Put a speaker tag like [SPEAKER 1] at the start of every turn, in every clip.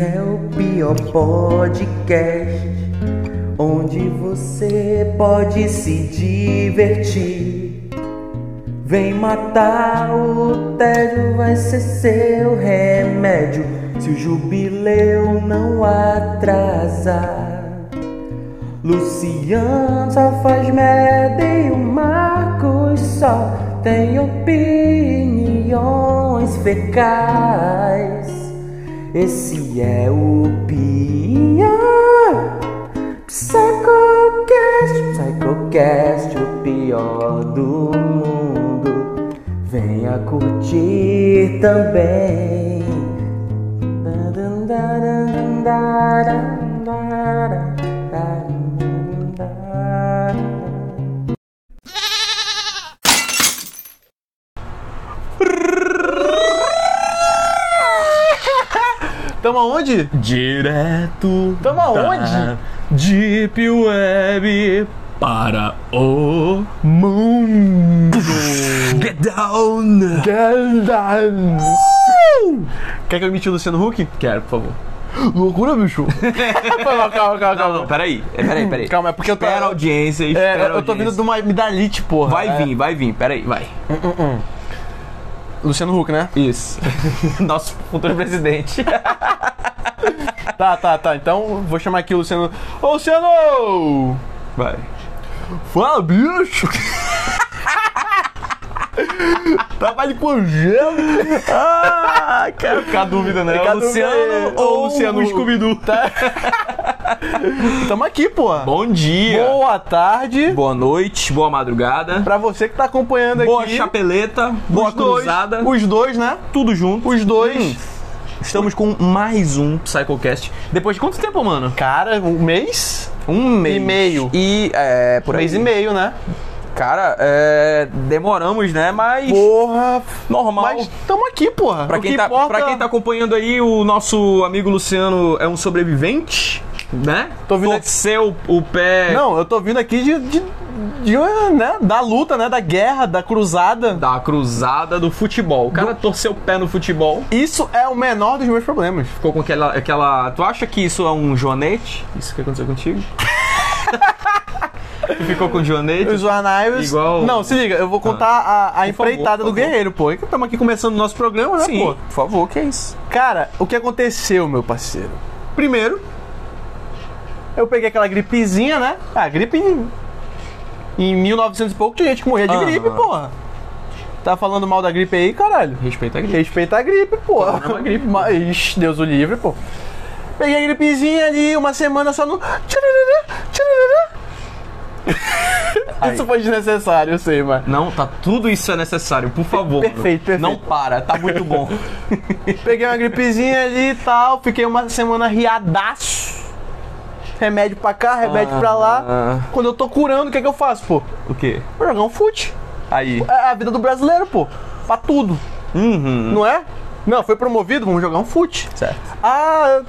[SPEAKER 1] é o pior podcast onde você pode se divertir. Vem matar o tédio, vai ser seu remédio se o jubileu não atrasar. Luciano só faz merda e o Marcos só tem opiniões fecais. Esse é o pior Psychocast, Psychocast, o pior do mundo. Venha curtir também.
[SPEAKER 2] Tamo aonde?
[SPEAKER 3] Direto.
[SPEAKER 2] Tamo aonde?
[SPEAKER 3] Deep Web para o mundo. Get down.
[SPEAKER 2] Uh! Quer que eu imite o Luciano Huck?
[SPEAKER 3] Quero, por favor.
[SPEAKER 2] Loucura, bicho. calma, calma, calma.
[SPEAKER 3] Não, não,
[SPEAKER 2] calma.
[SPEAKER 3] peraí. É, Peraí, peraí.
[SPEAKER 2] Calma, é porque eu tô.
[SPEAKER 3] Espera a audiência,
[SPEAKER 2] É,
[SPEAKER 3] espera a
[SPEAKER 2] eu tô vindo de
[SPEAKER 3] audiência.
[SPEAKER 2] uma amidalite, porra.
[SPEAKER 3] Vai
[SPEAKER 2] É. Hum,
[SPEAKER 3] vir, vai vir, peraí, vai.
[SPEAKER 2] Luciano Huck, né?
[SPEAKER 3] Isso. Nosso futuro presidente.
[SPEAKER 2] Tá, tá, tá. Então vou chamar aqui o Luciano. Ô, Luciano!
[SPEAKER 3] Vai.
[SPEAKER 2] Fala, bicho! Trabalho com gelo.
[SPEAKER 3] Ah, cara.
[SPEAKER 2] Fica a dúvida, né?
[SPEAKER 3] Fica a dúvida aí. Ou o
[SPEAKER 2] Scooby-Doo. Tá. Tamo aqui, porra.
[SPEAKER 3] Bom dia.
[SPEAKER 2] Boa tarde.
[SPEAKER 3] Boa noite, boa madrugada.
[SPEAKER 2] Pra você que tá acompanhando aqui.
[SPEAKER 3] Boa chapeleta, boa
[SPEAKER 2] os dois,
[SPEAKER 3] cruzada.
[SPEAKER 2] Os dois, né?
[SPEAKER 3] Tudo junto. Hum.
[SPEAKER 2] Os dois.
[SPEAKER 3] Estamos com mais um Psychocast. Depois de quanto tempo, mano?
[SPEAKER 2] Cara, um mês?
[SPEAKER 3] Um mês.
[SPEAKER 2] E meio.
[SPEAKER 3] E é, por aí.
[SPEAKER 2] mês e meio, né?
[SPEAKER 3] Cara, é, demoramos, né? Mas
[SPEAKER 2] Porra.
[SPEAKER 3] normal.
[SPEAKER 2] Mas tamo aqui, porra.
[SPEAKER 3] Pra
[SPEAKER 2] O
[SPEAKER 3] quem,
[SPEAKER 2] que
[SPEAKER 3] tá,
[SPEAKER 2] importa-
[SPEAKER 3] pra quem tá acompanhando aí, o nosso amigo Luciano é um sobrevivente, né?
[SPEAKER 2] Tô vindo-
[SPEAKER 3] Torceu o pé
[SPEAKER 2] Não, eu tô vindo aqui de. de, de, né? Da luta, né? Da guerra, da cruzada.
[SPEAKER 3] da cruzada do futebol. O cara torceu o pé no futebol.
[SPEAKER 2] Isso é o menor dos meus problemas.
[SPEAKER 3] Ficou com aquela, aquela. Tu acha que isso é um joanete? Isso que aconteceu contigo? Tu ficou com joanete?
[SPEAKER 2] Os Arnaios.
[SPEAKER 3] Igual- Ah.
[SPEAKER 2] Não, se liga, eu vou contar a, a empreitada
[SPEAKER 3] por favor.
[SPEAKER 2] do guerreiro, pô. Estamos aqui começando o nosso programa, né,
[SPEAKER 3] Sim,
[SPEAKER 2] pô?
[SPEAKER 3] por favor, que é isso?
[SPEAKER 2] Cara, o que aconteceu, meu parceiro? Primeiro, eu peguei aquela gripezinha, né? A gripe em, em 1900 e pouco tinha gente que morria de
[SPEAKER 3] Aham.
[SPEAKER 2] gripe, porra. Tá falando mal da gripe aí, caralho?
[SPEAKER 3] Respeita a gripe.
[SPEAKER 2] Respeita a gripe, porra.
[SPEAKER 3] Não é uma gripe, pô.
[SPEAKER 2] Mas, Deus o livre, pô. Peguei a gripezinha ali, uma semana só no... Tchurururu, tchurururu. Isso foi desnecessário, eu sei, mas...
[SPEAKER 3] Não, tá tudo isso é necessário, por favor.
[SPEAKER 2] Perfeito, perfeito.
[SPEAKER 3] Não para, tá muito bom.
[SPEAKER 2] Peguei uma gripezinha ali e tal, fiquei uma semana riadaço. Remédio pra cá, remédio pra lá.
[SPEAKER 3] Ah.
[SPEAKER 2] Quando eu tô curando, o que é que eu faço, pô?
[SPEAKER 3] o quê?
[SPEAKER 2] Vou jogar um fute.
[SPEAKER 3] Aí.
[SPEAKER 2] É a vida do brasileiro, pô. Pra tudo,
[SPEAKER 3] Uhum.
[SPEAKER 2] não é? Não, foi promovido, vamos jogar um fute.
[SPEAKER 3] Certo.
[SPEAKER 2] Ah,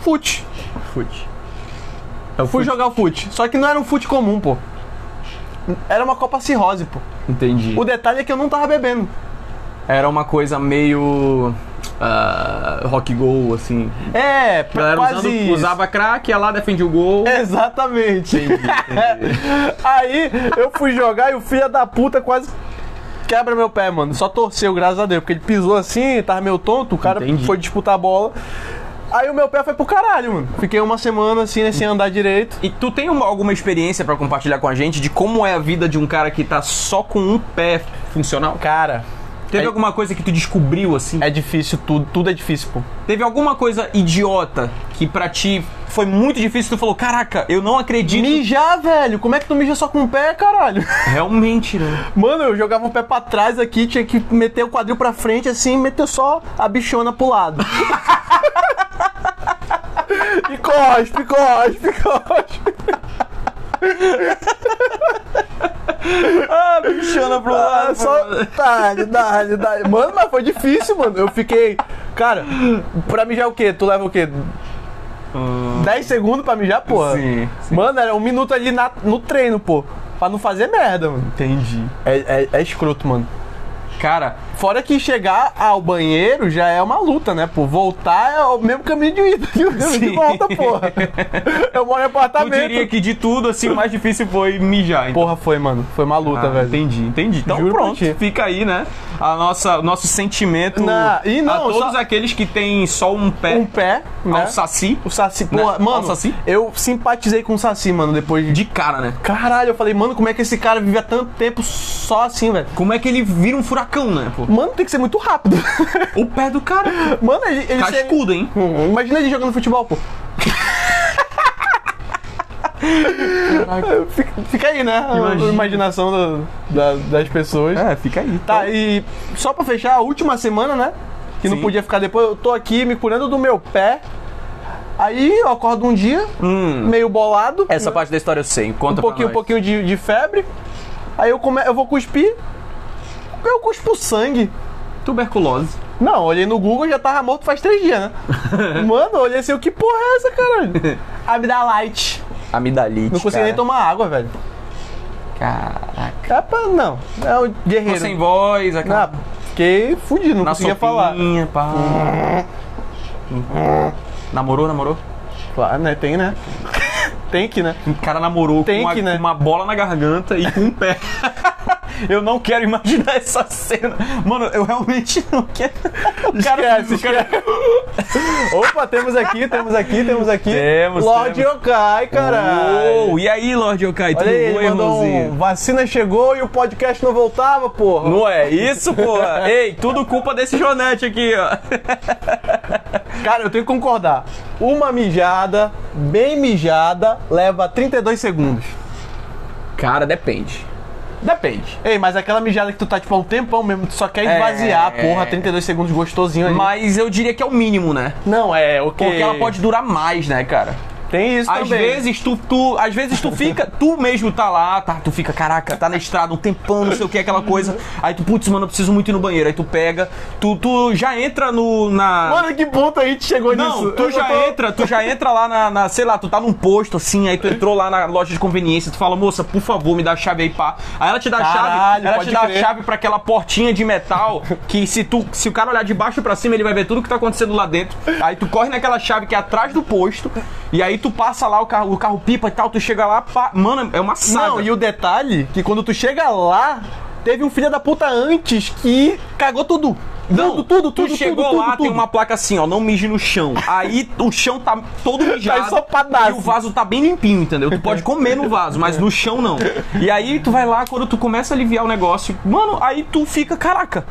[SPEAKER 2] fute.
[SPEAKER 3] Fute.
[SPEAKER 2] Fui jogar o fute. Só que não era um fute comum, pô. Era uma copa cirrose, pô.
[SPEAKER 3] Entendi.
[SPEAKER 2] O detalhe é que eu não tava bebendo.
[SPEAKER 3] Era uma coisa meio. ah, rock Go, assim.
[SPEAKER 2] É,
[SPEAKER 3] A galera
[SPEAKER 2] quase
[SPEAKER 3] usando,
[SPEAKER 2] isso. É.
[SPEAKER 3] usava crack, ia lá, defendia o gol.
[SPEAKER 2] Exatamente.
[SPEAKER 3] Entendi, entendi.
[SPEAKER 2] Aí eu fui jogar e o filho da puta quase quebra meu pé, mano. Só torceu, graças a Deus, porque ele pisou assim, tava meio tonto, o cara
[SPEAKER 3] Entendi.
[SPEAKER 2] foi disputar a bola. Aí o meu pé foi pro caralho, mano. Fiquei uma semana assim, né, sem andar direito.
[SPEAKER 3] E tu tem uma- alguma experiência pra compartilhar com a gente de como é a vida de um cara que tá só com um pé funcional?
[SPEAKER 2] Cara,
[SPEAKER 3] Teve
[SPEAKER 2] é-
[SPEAKER 3] alguma coisa que tu descobriu assim?
[SPEAKER 2] é difícil tudo, tudo é difícil, pô.
[SPEAKER 3] Teve alguma coisa idiota que pra ti foi muito difícil? Tu falou, caraca, eu não acredito.
[SPEAKER 2] Mijar, velho, como é que tu mija só com o pé, caralho?
[SPEAKER 3] Realmente, né?
[SPEAKER 2] Mano, eu jogava o pé pra trás aqui, tinha que meter o quadril pra frente assim, e meter só a bichona pro lado. e cospe, cospe, cospe.
[SPEAKER 3] Ah, bichana pro
[SPEAKER 2] Ah, só. Dale, dale, dale. Mano, mas foi difícil, mano. Eu fiquei. Cara, pra mijar o quê? Tu leva o quê? 10 segundos pra mijar, porra?
[SPEAKER 3] Ah, Sim, sim.
[SPEAKER 2] Mano, era um minuto ali na- no treino, pô. Pra não fazer merda, mano.
[SPEAKER 3] Entendi.
[SPEAKER 2] É, é, é escroto, mano.
[SPEAKER 3] Cara,
[SPEAKER 2] Fora que chegar ao banheiro já é uma luta, né? Pô, voltar é o mesmo caminho de ida que o caminho de
[SPEAKER 3] Sim.
[SPEAKER 2] volta, porra. Eu moro em
[SPEAKER 3] Eu
[SPEAKER 2] apartamento.
[SPEAKER 3] diria que de tudo, assim, o mais difícil foi mijar. Então.
[SPEAKER 2] Porra, foi, mano. Foi uma luta,
[SPEAKER 3] Ah,
[SPEAKER 2] velho.
[SPEAKER 3] Entendi, entendi. Então
[SPEAKER 2] Juro pra
[SPEAKER 3] pronto,
[SPEAKER 2] ti.
[SPEAKER 3] fica aí, né? A nossa, nosso sentimento
[SPEAKER 2] Na- e não,
[SPEAKER 3] a todos
[SPEAKER 2] só-
[SPEAKER 3] aqueles que têm só um pé,
[SPEAKER 2] Um pé, né?
[SPEAKER 3] ao saci,
[SPEAKER 2] O Saci.
[SPEAKER 3] Né?
[SPEAKER 2] Porra, mano,
[SPEAKER 3] Ao Saci?
[SPEAKER 2] eu simpatizei com o Saci, mano, depois de...
[SPEAKER 3] de cara, né?
[SPEAKER 2] Caralho, eu falei, mano, como é que esse cara vive há tanto tempo só assim, velho?
[SPEAKER 3] Como é que ele vira um furacão, né? pô?
[SPEAKER 2] Mano, tem que ser muito rápido.
[SPEAKER 3] O pé do cara.
[SPEAKER 2] Mano, ele... ele chega-
[SPEAKER 3] Cascudo, hein?
[SPEAKER 2] Hum, Imagina ele jogando futebol, pô. Fica- Fica aí, né? a-
[SPEAKER 3] Imagina.
[SPEAKER 2] A imaginação do- da- das pessoas.
[SPEAKER 3] É, fica aí.
[SPEAKER 2] Tá, e só pra fechar, a última semana, né? Que não
[SPEAKER 3] Sim.
[SPEAKER 2] podia ficar depois, eu tô aqui me curando do meu pé. Aí eu acordo um dia,
[SPEAKER 3] Hum,
[SPEAKER 2] meio bolado,
[SPEAKER 3] essa parte da história eu sei. Conta
[SPEAKER 2] um pouquinho, um
[SPEAKER 3] pra nós.
[SPEAKER 2] pouquinho de, de febre. Aí eu, come... eu vou cuspir, eu cuspo sangue.
[SPEAKER 3] Tuberculose.
[SPEAKER 2] Não, olhei no Google já tava morto faz três dias, né? Mano, eu olhei assim, o que porra é essa, caralho? Abdalite.
[SPEAKER 3] Amidalite.
[SPEAKER 2] Não consegui nem tomar água, velho.
[SPEAKER 3] Caraca.
[SPEAKER 2] Capa, não. É o guerreiro.
[SPEAKER 3] Sem voz,
[SPEAKER 2] Ah,
[SPEAKER 3] aquela.
[SPEAKER 2] fiquei fudido, não
[SPEAKER 3] na
[SPEAKER 2] conseguia
[SPEAKER 3] sopinha,
[SPEAKER 2] falar.
[SPEAKER 3] pá. Namorou, namorou?
[SPEAKER 2] Claro, né? Tem, né? Tem que, né?
[SPEAKER 3] O cara namorou
[SPEAKER 2] Tem
[SPEAKER 3] com, uma,
[SPEAKER 2] que, né?
[SPEAKER 3] com uma bola na garganta e com um pé. Eu não quero imaginar essa cena. Mano, eu realmente não quero. O cara,
[SPEAKER 2] Esquece,
[SPEAKER 3] o cara-
[SPEAKER 2] Opa, temos aqui, temos aqui, temos aqui.
[SPEAKER 3] Temos,
[SPEAKER 2] Lord
[SPEAKER 3] temos.
[SPEAKER 2] Yokai, caralho.
[SPEAKER 3] Uou, e aí, Lorde Yokai, tudo
[SPEAKER 2] Olha aí,
[SPEAKER 3] bom,
[SPEAKER 2] ele mandou um,
[SPEAKER 3] irmãozinho?
[SPEAKER 2] vacina chegou e o podcast não voltava, porra.
[SPEAKER 3] Não é isso, porra? Ei, tudo culpa desse Jonete aqui, ó.
[SPEAKER 2] Cara, eu tenho que concordar. Uma mijada, bem mijada, leva 32 segundos.
[SPEAKER 3] Cara, depende. Depende.
[SPEAKER 2] Ei, mas aquela mijada que tu tá, tipo, há um tempão mesmo, tu só quer esvaziar,
[SPEAKER 3] É.
[SPEAKER 2] porra, 32 segundos gostosinho ali.
[SPEAKER 3] Mas eu diria que é o mínimo, né?
[SPEAKER 2] Não, é, o que
[SPEAKER 3] Porque ela pode durar mais, né, cara?
[SPEAKER 2] Tem isso
[SPEAKER 3] Às
[SPEAKER 2] também.
[SPEAKER 3] vezes tu, tu, às vezes tu fica, tu mesmo tá lá, tá, tu fica, caraca, tá na estrada um tempão, não sei o que, aquela coisa. Aí tu, putz, mano, eu preciso muito ir no banheiro. Aí tu pega, tu, tu já entra no na
[SPEAKER 2] Mano, que ponto a gente chegou
[SPEAKER 3] Não,
[SPEAKER 2] nisso?
[SPEAKER 3] tu
[SPEAKER 2] Eu
[SPEAKER 3] já
[SPEAKER 2] tô-
[SPEAKER 3] entra, tu já entra lá na, na- sei lá, tu tá num posto assim, aí tu entrou lá na loja de conveniência, tu fala, moça, por favor, me dá a chave aí, pá. Aí ela te dá a chave,
[SPEAKER 2] Caralho,
[SPEAKER 3] ela
[SPEAKER 2] pode
[SPEAKER 3] te dá
[SPEAKER 2] crer.
[SPEAKER 3] a chave pra aquela portinha de metal que se tu, se o cara olhar de baixo pra cima, ele vai ver tudo que tá acontecendo lá dentro. Aí tu corre naquela chave que é atrás do posto, e aí tu passa lá o carro, o carro pipa e tal, tu chega lá, pá, mano, é uma saga.
[SPEAKER 2] Não, e o detalhe, que quando tu chega lá, teve um filho da puta antes que cagou tudo.
[SPEAKER 3] Não,
[SPEAKER 2] tudo, tudo, tudo,
[SPEAKER 3] tu chegou
[SPEAKER 2] tudo,
[SPEAKER 3] lá,
[SPEAKER 2] tudo,
[SPEAKER 3] tem
[SPEAKER 2] tudo.
[SPEAKER 3] uma placa assim, ó, não mije no chão. Aí o chão tá todo mijado.
[SPEAKER 2] Tá ensopadaço.
[SPEAKER 3] e o vaso tá bem limpinho, entendeu? Tu pode comer no vaso, mas no chão não. E aí tu vai lá, quando tu começa a aliviar o negócio, mano, aí tu fica, caraca.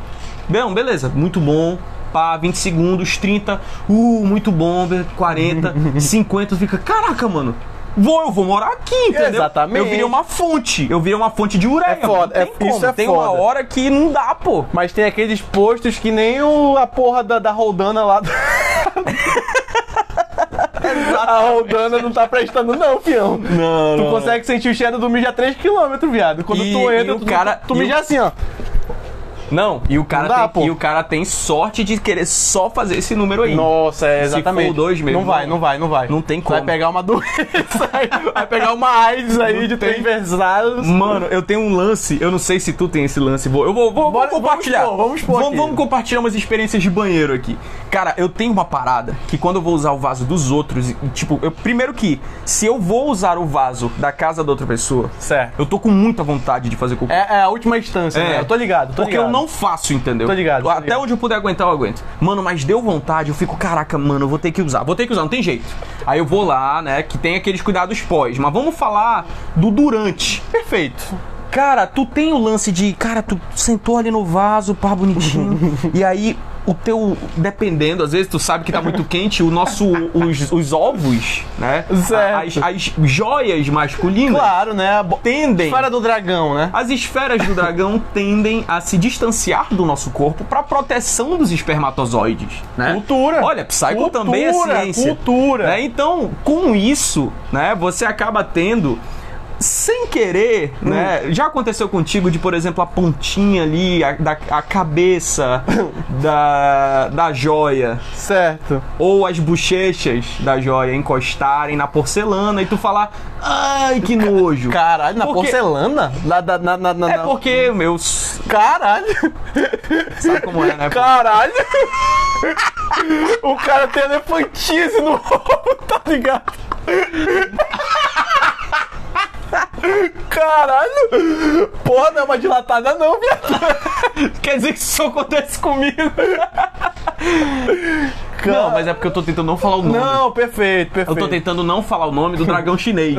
[SPEAKER 3] Não, beleza, muito bom. Pá, 20 segundos, 30, uh, muito bom, 40, 50, tu fica, caraca, mano. Vou, eu vou morar aqui, entendeu?
[SPEAKER 2] Exatamente.
[SPEAKER 3] Eu virei uma fonte. Eu virei uma fonte de ureia.
[SPEAKER 2] É foda,
[SPEAKER 3] mano. Tem
[SPEAKER 2] é-
[SPEAKER 3] como.
[SPEAKER 2] isso é
[SPEAKER 3] Tem uma
[SPEAKER 2] foda.
[SPEAKER 3] hora que não dá, pô.
[SPEAKER 2] Mas tem aqueles postos que nem o, a porra da, da Roldana lá. do- a Roldana não tá prestando, não, fião.
[SPEAKER 3] Não,
[SPEAKER 2] Tu consegue sentir o cheiro do mijo a 3km, viado. Quando
[SPEAKER 3] E-
[SPEAKER 2] tu
[SPEAKER 3] e
[SPEAKER 2] entra,
[SPEAKER 3] o
[SPEAKER 2] tu,
[SPEAKER 3] cara-
[SPEAKER 2] tu
[SPEAKER 3] e
[SPEAKER 2] mija
[SPEAKER 3] o-
[SPEAKER 2] assim, ó.
[SPEAKER 3] Não, e o cara,
[SPEAKER 2] Não
[SPEAKER 3] tem,
[SPEAKER 2] dá, pô.
[SPEAKER 3] e o cara tem sorte de querer só fazer esse número aí.
[SPEAKER 2] Nossa, é exatamente.
[SPEAKER 3] for o dois, meu
[SPEAKER 2] não
[SPEAKER 3] irmão,
[SPEAKER 2] vai, não vai, não vai.
[SPEAKER 3] não tem
[SPEAKER 2] Tu
[SPEAKER 3] como.
[SPEAKER 2] Vai pegar uma doença aí, vai pegar uma AIDS aí
[SPEAKER 3] Não
[SPEAKER 2] de ah,
[SPEAKER 3] tem.
[SPEAKER 2] transversados.
[SPEAKER 3] Mano, eu tenho um lance, eu não sei se tu tem esse lance. vou- Eu vou, vou, vou
[SPEAKER 2] Bora- vamos
[SPEAKER 3] compartilhar.
[SPEAKER 2] expor, vamos expor
[SPEAKER 3] vamos,
[SPEAKER 2] aqui.
[SPEAKER 3] vamos compartilhar umas experiências de banheiro aqui. Cara, eu tenho uma parada que quando eu vou usar o vaso dos outros, e, tipo, eu- primeiro que, se eu vou usar o vaso da casa da outra pessoa,
[SPEAKER 2] Certo.
[SPEAKER 3] eu tô com muita vontade de fazer cocô.
[SPEAKER 2] É, é a última instância,
[SPEAKER 3] É.
[SPEAKER 2] né? Eu tô ligado, tô
[SPEAKER 3] Porque
[SPEAKER 2] ligado.
[SPEAKER 3] eu não faço, entendeu?
[SPEAKER 2] Tô ligado, tô
[SPEAKER 3] Até
[SPEAKER 2] ligado.
[SPEAKER 3] onde eu puder aguentar, eu aguento. Mano, mas deu vontade, eu fico, caraca, mano, eu vou ter que usar. Vou ter que usar, não tem jeito. Aí eu vou lá, né, que tem aqueles cuidados pós. Mas vamos falar do durante.
[SPEAKER 2] Perfeito.
[SPEAKER 3] Cara, tu tem o lance de, cara, tu sentou ali no vaso, pá, bonitinho. e aí o teu, dependendo, às vezes tu sabe que tá muito quente, o nosso, os, os ovos, né?
[SPEAKER 2] Certo.
[SPEAKER 3] a- As, as joias masculinas
[SPEAKER 2] Claro, né? A bo-
[SPEAKER 3] tendem...
[SPEAKER 2] Fora do dragão, né?
[SPEAKER 3] As esferas do dragão tendem a se distanciar do nosso corpo para proteção dos espermatozoides, né?
[SPEAKER 2] Cultura.
[SPEAKER 3] Olha, Psycho
[SPEAKER 2] Cultura,
[SPEAKER 3] também é ciência.
[SPEAKER 2] cultura.
[SPEAKER 3] Né? Então, com isso, né, você acaba né, tendo sem querer,
[SPEAKER 2] Hum.
[SPEAKER 3] né? Já aconteceu contigo de, por exemplo, a pontinha ali, a, da, a cabeça da, da joia,
[SPEAKER 2] Certo.
[SPEAKER 3] ou as bochechas da joia encostarem na porcelana e tu falar, ai, que nojo.
[SPEAKER 2] Caralho, na
[SPEAKER 3] Por quê?
[SPEAKER 2] porcelana? Na, na, na, na, na-
[SPEAKER 3] É
[SPEAKER 2] na-
[SPEAKER 3] porque, meu, s-
[SPEAKER 2] Caralho!
[SPEAKER 3] sabe como é, né?
[SPEAKER 2] Caralho! o cara tem elefantise no rolo, tá ligado? Caralho! Porra, não é uma dilatada não, viado.
[SPEAKER 3] Quer dizer que isso só acontece comigo. Não, mas é porque eu tô tentando não falar o nome.
[SPEAKER 2] Não, perfeito,
[SPEAKER 3] Eu
[SPEAKER 2] perfeito.
[SPEAKER 3] tô tentando não falar o nome do dragão chinês.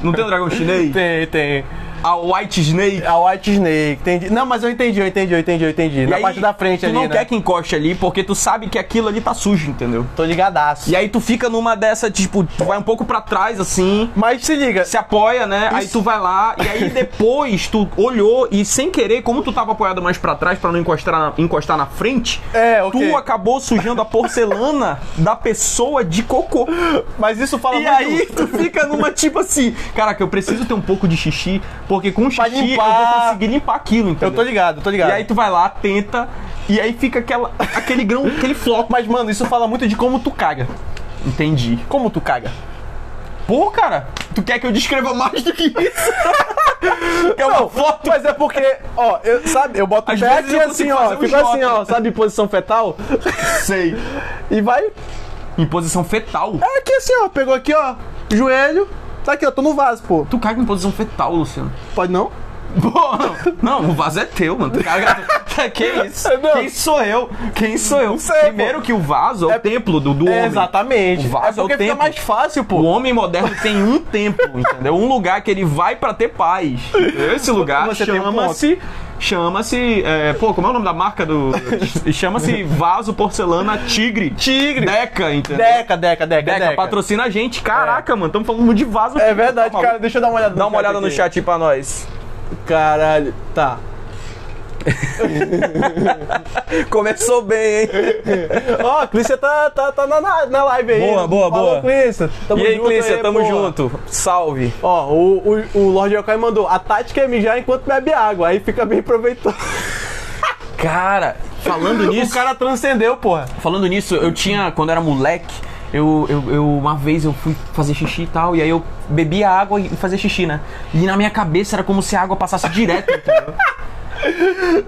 [SPEAKER 3] Não tem o dragão chinês?
[SPEAKER 2] Tem, tem.
[SPEAKER 3] A White Snake.
[SPEAKER 2] A White Snake, entendi. Não, mas eu entendi, eu entendi, eu entendi, eu entendi.
[SPEAKER 3] E
[SPEAKER 2] Na
[SPEAKER 3] aí,
[SPEAKER 2] parte da frente
[SPEAKER 3] tu
[SPEAKER 2] ali,
[SPEAKER 3] não
[SPEAKER 2] né?
[SPEAKER 3] quer que encoste ali, porque tu sabe que aquilo ali tá sujo, entendeu?
[SPEAKER 2] Tô ligadaço.
[SPEAKER 3] E aí tu fica numa dessa, tipo, tu vai um pouco pra trás, assim,
[SPEAKER 2] Mas se liga,
[SPEAKER 3] se apoia, né? Aí tu vai lá, e aí depois tu olhou e sem querer, como tu tava apoiado mais pra trás pra não encostar na, encostar na frente,
[SPEAKER 2] É, ok.
[SPEAKER 3] tu acabou sujando a porcelana da pessoa de cocô.
[SPEAKER 2] mas isso fala
[SPEAKER 3] E
[SPEAKER 2] muito.
[SPEAKER 3] aí tu fica numa tipo assim, caraca, eu preciso ter um pouco de xixi, porque com
[SPEAKER 2] Pra
[SPEAKER 3] xixi eu
[SPEAKER 2] limpar.
[SPEAKER 3] vou conseguir limpar aquilo, entendeu?
[SPEAKER 2] Eu tô ligado, tô ligado.
[SPEAKER 3] E aí tu vai lá, tenta, e aí fica aquela, aquele grão, aquele floco.
[SPEAKER 2] Mas, mano, isso fala muito de como tu caga.
[SPEAKER 3] Entendi.
[SPEAKER 2] Como tu caga.
[SPEAKER 3] Pô, cara, tu quer que eu descreva mais do que isso? é uma
[SPEAKER 2] Não,
[SPEAKER 3] foto.
[SPEAKER 2] mas é porque, ó, eu, sabe, eu boto o
[SPEAKER 3] Às
[SPEAKER 2] pé
[SPEAKER 3] vezes
[SPEAKER 2] aqui
[SPEAKER 3] eu consigo
[SPEAKER 2] assim, ó,
[SPEAKER 3] fazer um
[SPEAKER 2] fico assim, ó,
[SPEAKER 3] shot.
[SPEAKER 2] sabe, em posição fetal,
[SPEAKER 3] Sei.
[SPEAKER 2] e vai,
[SPEAKER 3] Em posição fetal.
[SPEAKER 2] é aqui assim, ó, pegou aqui, ó, joelho, tá aqui, ó, tô no vaso, pô.
[SPEAKER 3] Tu caga em posição fetal, Luciano.
[SPEAKER 2] Pode não?
[SPEAKER 3] Pô, não, o vaso é teu, mano. Tu caga. que isso?
[SPEAKER 2] Não.
[SPEAKER 3] Quem sou eu? Quem sou eu?
[SPEAKER 2] sei, pô.
[SPEAKER 3] Primeiro que o vaso é o templo do, do homem.
[SPEAKER 2] exatamente.
[SPEAKER 3] O vaso
[SPEAKER 2] é porque
[SPEAKER 3] é o
[SPEAKER 2] fica
[SPEAKER 3] tempo.
[SPEAKER 2] mais fácil,
[SPEAKER 3] O
[SPEAKER 2] pô.
[SPEAKER 3] homem moderno tem um templo, entendeu? Um lugar que ele vai pra ter paz. Esse lugar
[SPEAKER 2] Você tem um
[SPEAKER 3] chama-se. Chama-se. é, pô, como é o nome da marca do. chama-se Vaso Porcelana Tigre.
[SPEAKER 2] Tigre.
[SPEAKER 3] Deca, entendeu?
[SPEAKER 2] Deca, deca, deca,
[SPEAKER 3] Deca,
[SPEAKER 2] deca.
[SPEAKER 3] patrocina a gente. Caraca, mano, estamos falando muito de vaso.
[SPEAKER 2] É
[SPEAKER 3] aqui,
[SPEAKER 2] verdade,
[SPEAKER 3] tá maluco?
[SPEAKER 2] cara, deixa eu dar uma olhada
[SPEAKER 3] Dá uma olhada no
[SPEAKER 2] aqui.
[SPEAKER 3] chat aí pra nós.
[SPEAKER 2] Caralho, tá.
[SPEAKER 3] Começou bem, hein?
[SPEAKER 2] Ó, a Clícia tá, tá, tá na- na, na live aí.
[SPEAKER 3] Boa, boa, boa.
[SPEAKER 2] Falou, Clícia. Tamo
[SPEAKER 3] e aí,
[SPEAKER 2] junto
[SPEAKER 3] Clícia, tamo
[SPEAKER 2] pô.
[SPEAKER 3] junto. Salve.
[SPEAKER 2] Ó, o, o, o Lorde Yokai mandou, a Tati quer mijar enquanto bebe água, aí fica bem proveitoso.
[SPEAKER 3] Cara, falando
[SPEAKER 2] O cara transcendeu, porra.
[SPEAKER 3] Falando nisso, eu tinha, quando era moleque, eu, eu, eu- uma vez eu fui fazer xixi e tal, e aí eu bebia água e fazia xixi, né? E na minha cabeça era como se a água passasse direto, entendeu?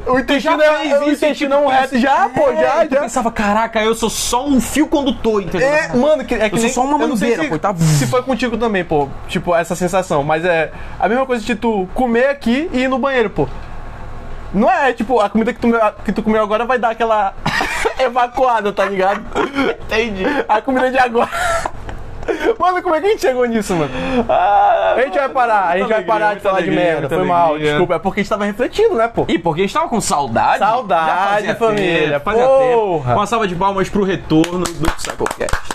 [SPEAKER 2] O intestino
[SPEAKER 3] já
[SPEAKER 2] é
[SPEAKER 3] fez
[SPEAKER 2] o
[SPEAKER 3] isso,
[SPEAKER 2] intestino é um reto. Já, pô, já,
[SPEAKER 3] Aí tu
[SPEAKER 2] já.
[SPEAKER 3] pensava, caraca, eu sou só um fio condutor, entendeu?
[SPEAKER 2] É, mano, que, é que
[SPEAKER 3] Eu sou
[SPEAKER 2] nem-
[SPEAKER 3] só uma
[SPEAKER 2] eu não sei
[SPEAKER 3] mangueira,
[SPEAKER 2] se-
[SPEAKER 3] pô, tá-
[SPEAKER 2] Se foi contigo também, pô, tipo, essa sensação. Mas é a mesma coisa de tu comer aqui e ir no banheiro, pô. Não é, tipo, a comida que tu, que tu comeu agora vai dar aquela evacuada, tá ligado? Entendi. A comida de agora. Mano, como é que a gente chegou nisso, mano? a gente vai parar, a gente vai
[SPEAKER 3] alegria,
[SPEAKER 2] parar de
[SPEAKER 3] Ah, muita
[SPEAKER 2] falar de
[SPEAKER 3] alegria,
[SPEAKER 2] merda.
[SPEAKER 3] muita
[SPEAKER 2] Foi mal,
[SPEAKER 3] alegria.
[SPEAKER 2] desculpa. É porque a gente tava refletindo, né, pô?
[SPEAKER 3] E porque a gente tava com saudade.
[SPEAKER 2] Saudade,
[SPEAKER 3] já fazia
[SPEAKER 2] família,
[SPEAKER 3] tempo, fazia
[SPEAKER 2] porra.
[SPEAKER 3] tempo. Uma salva de palmas pro retorno do Psychocast.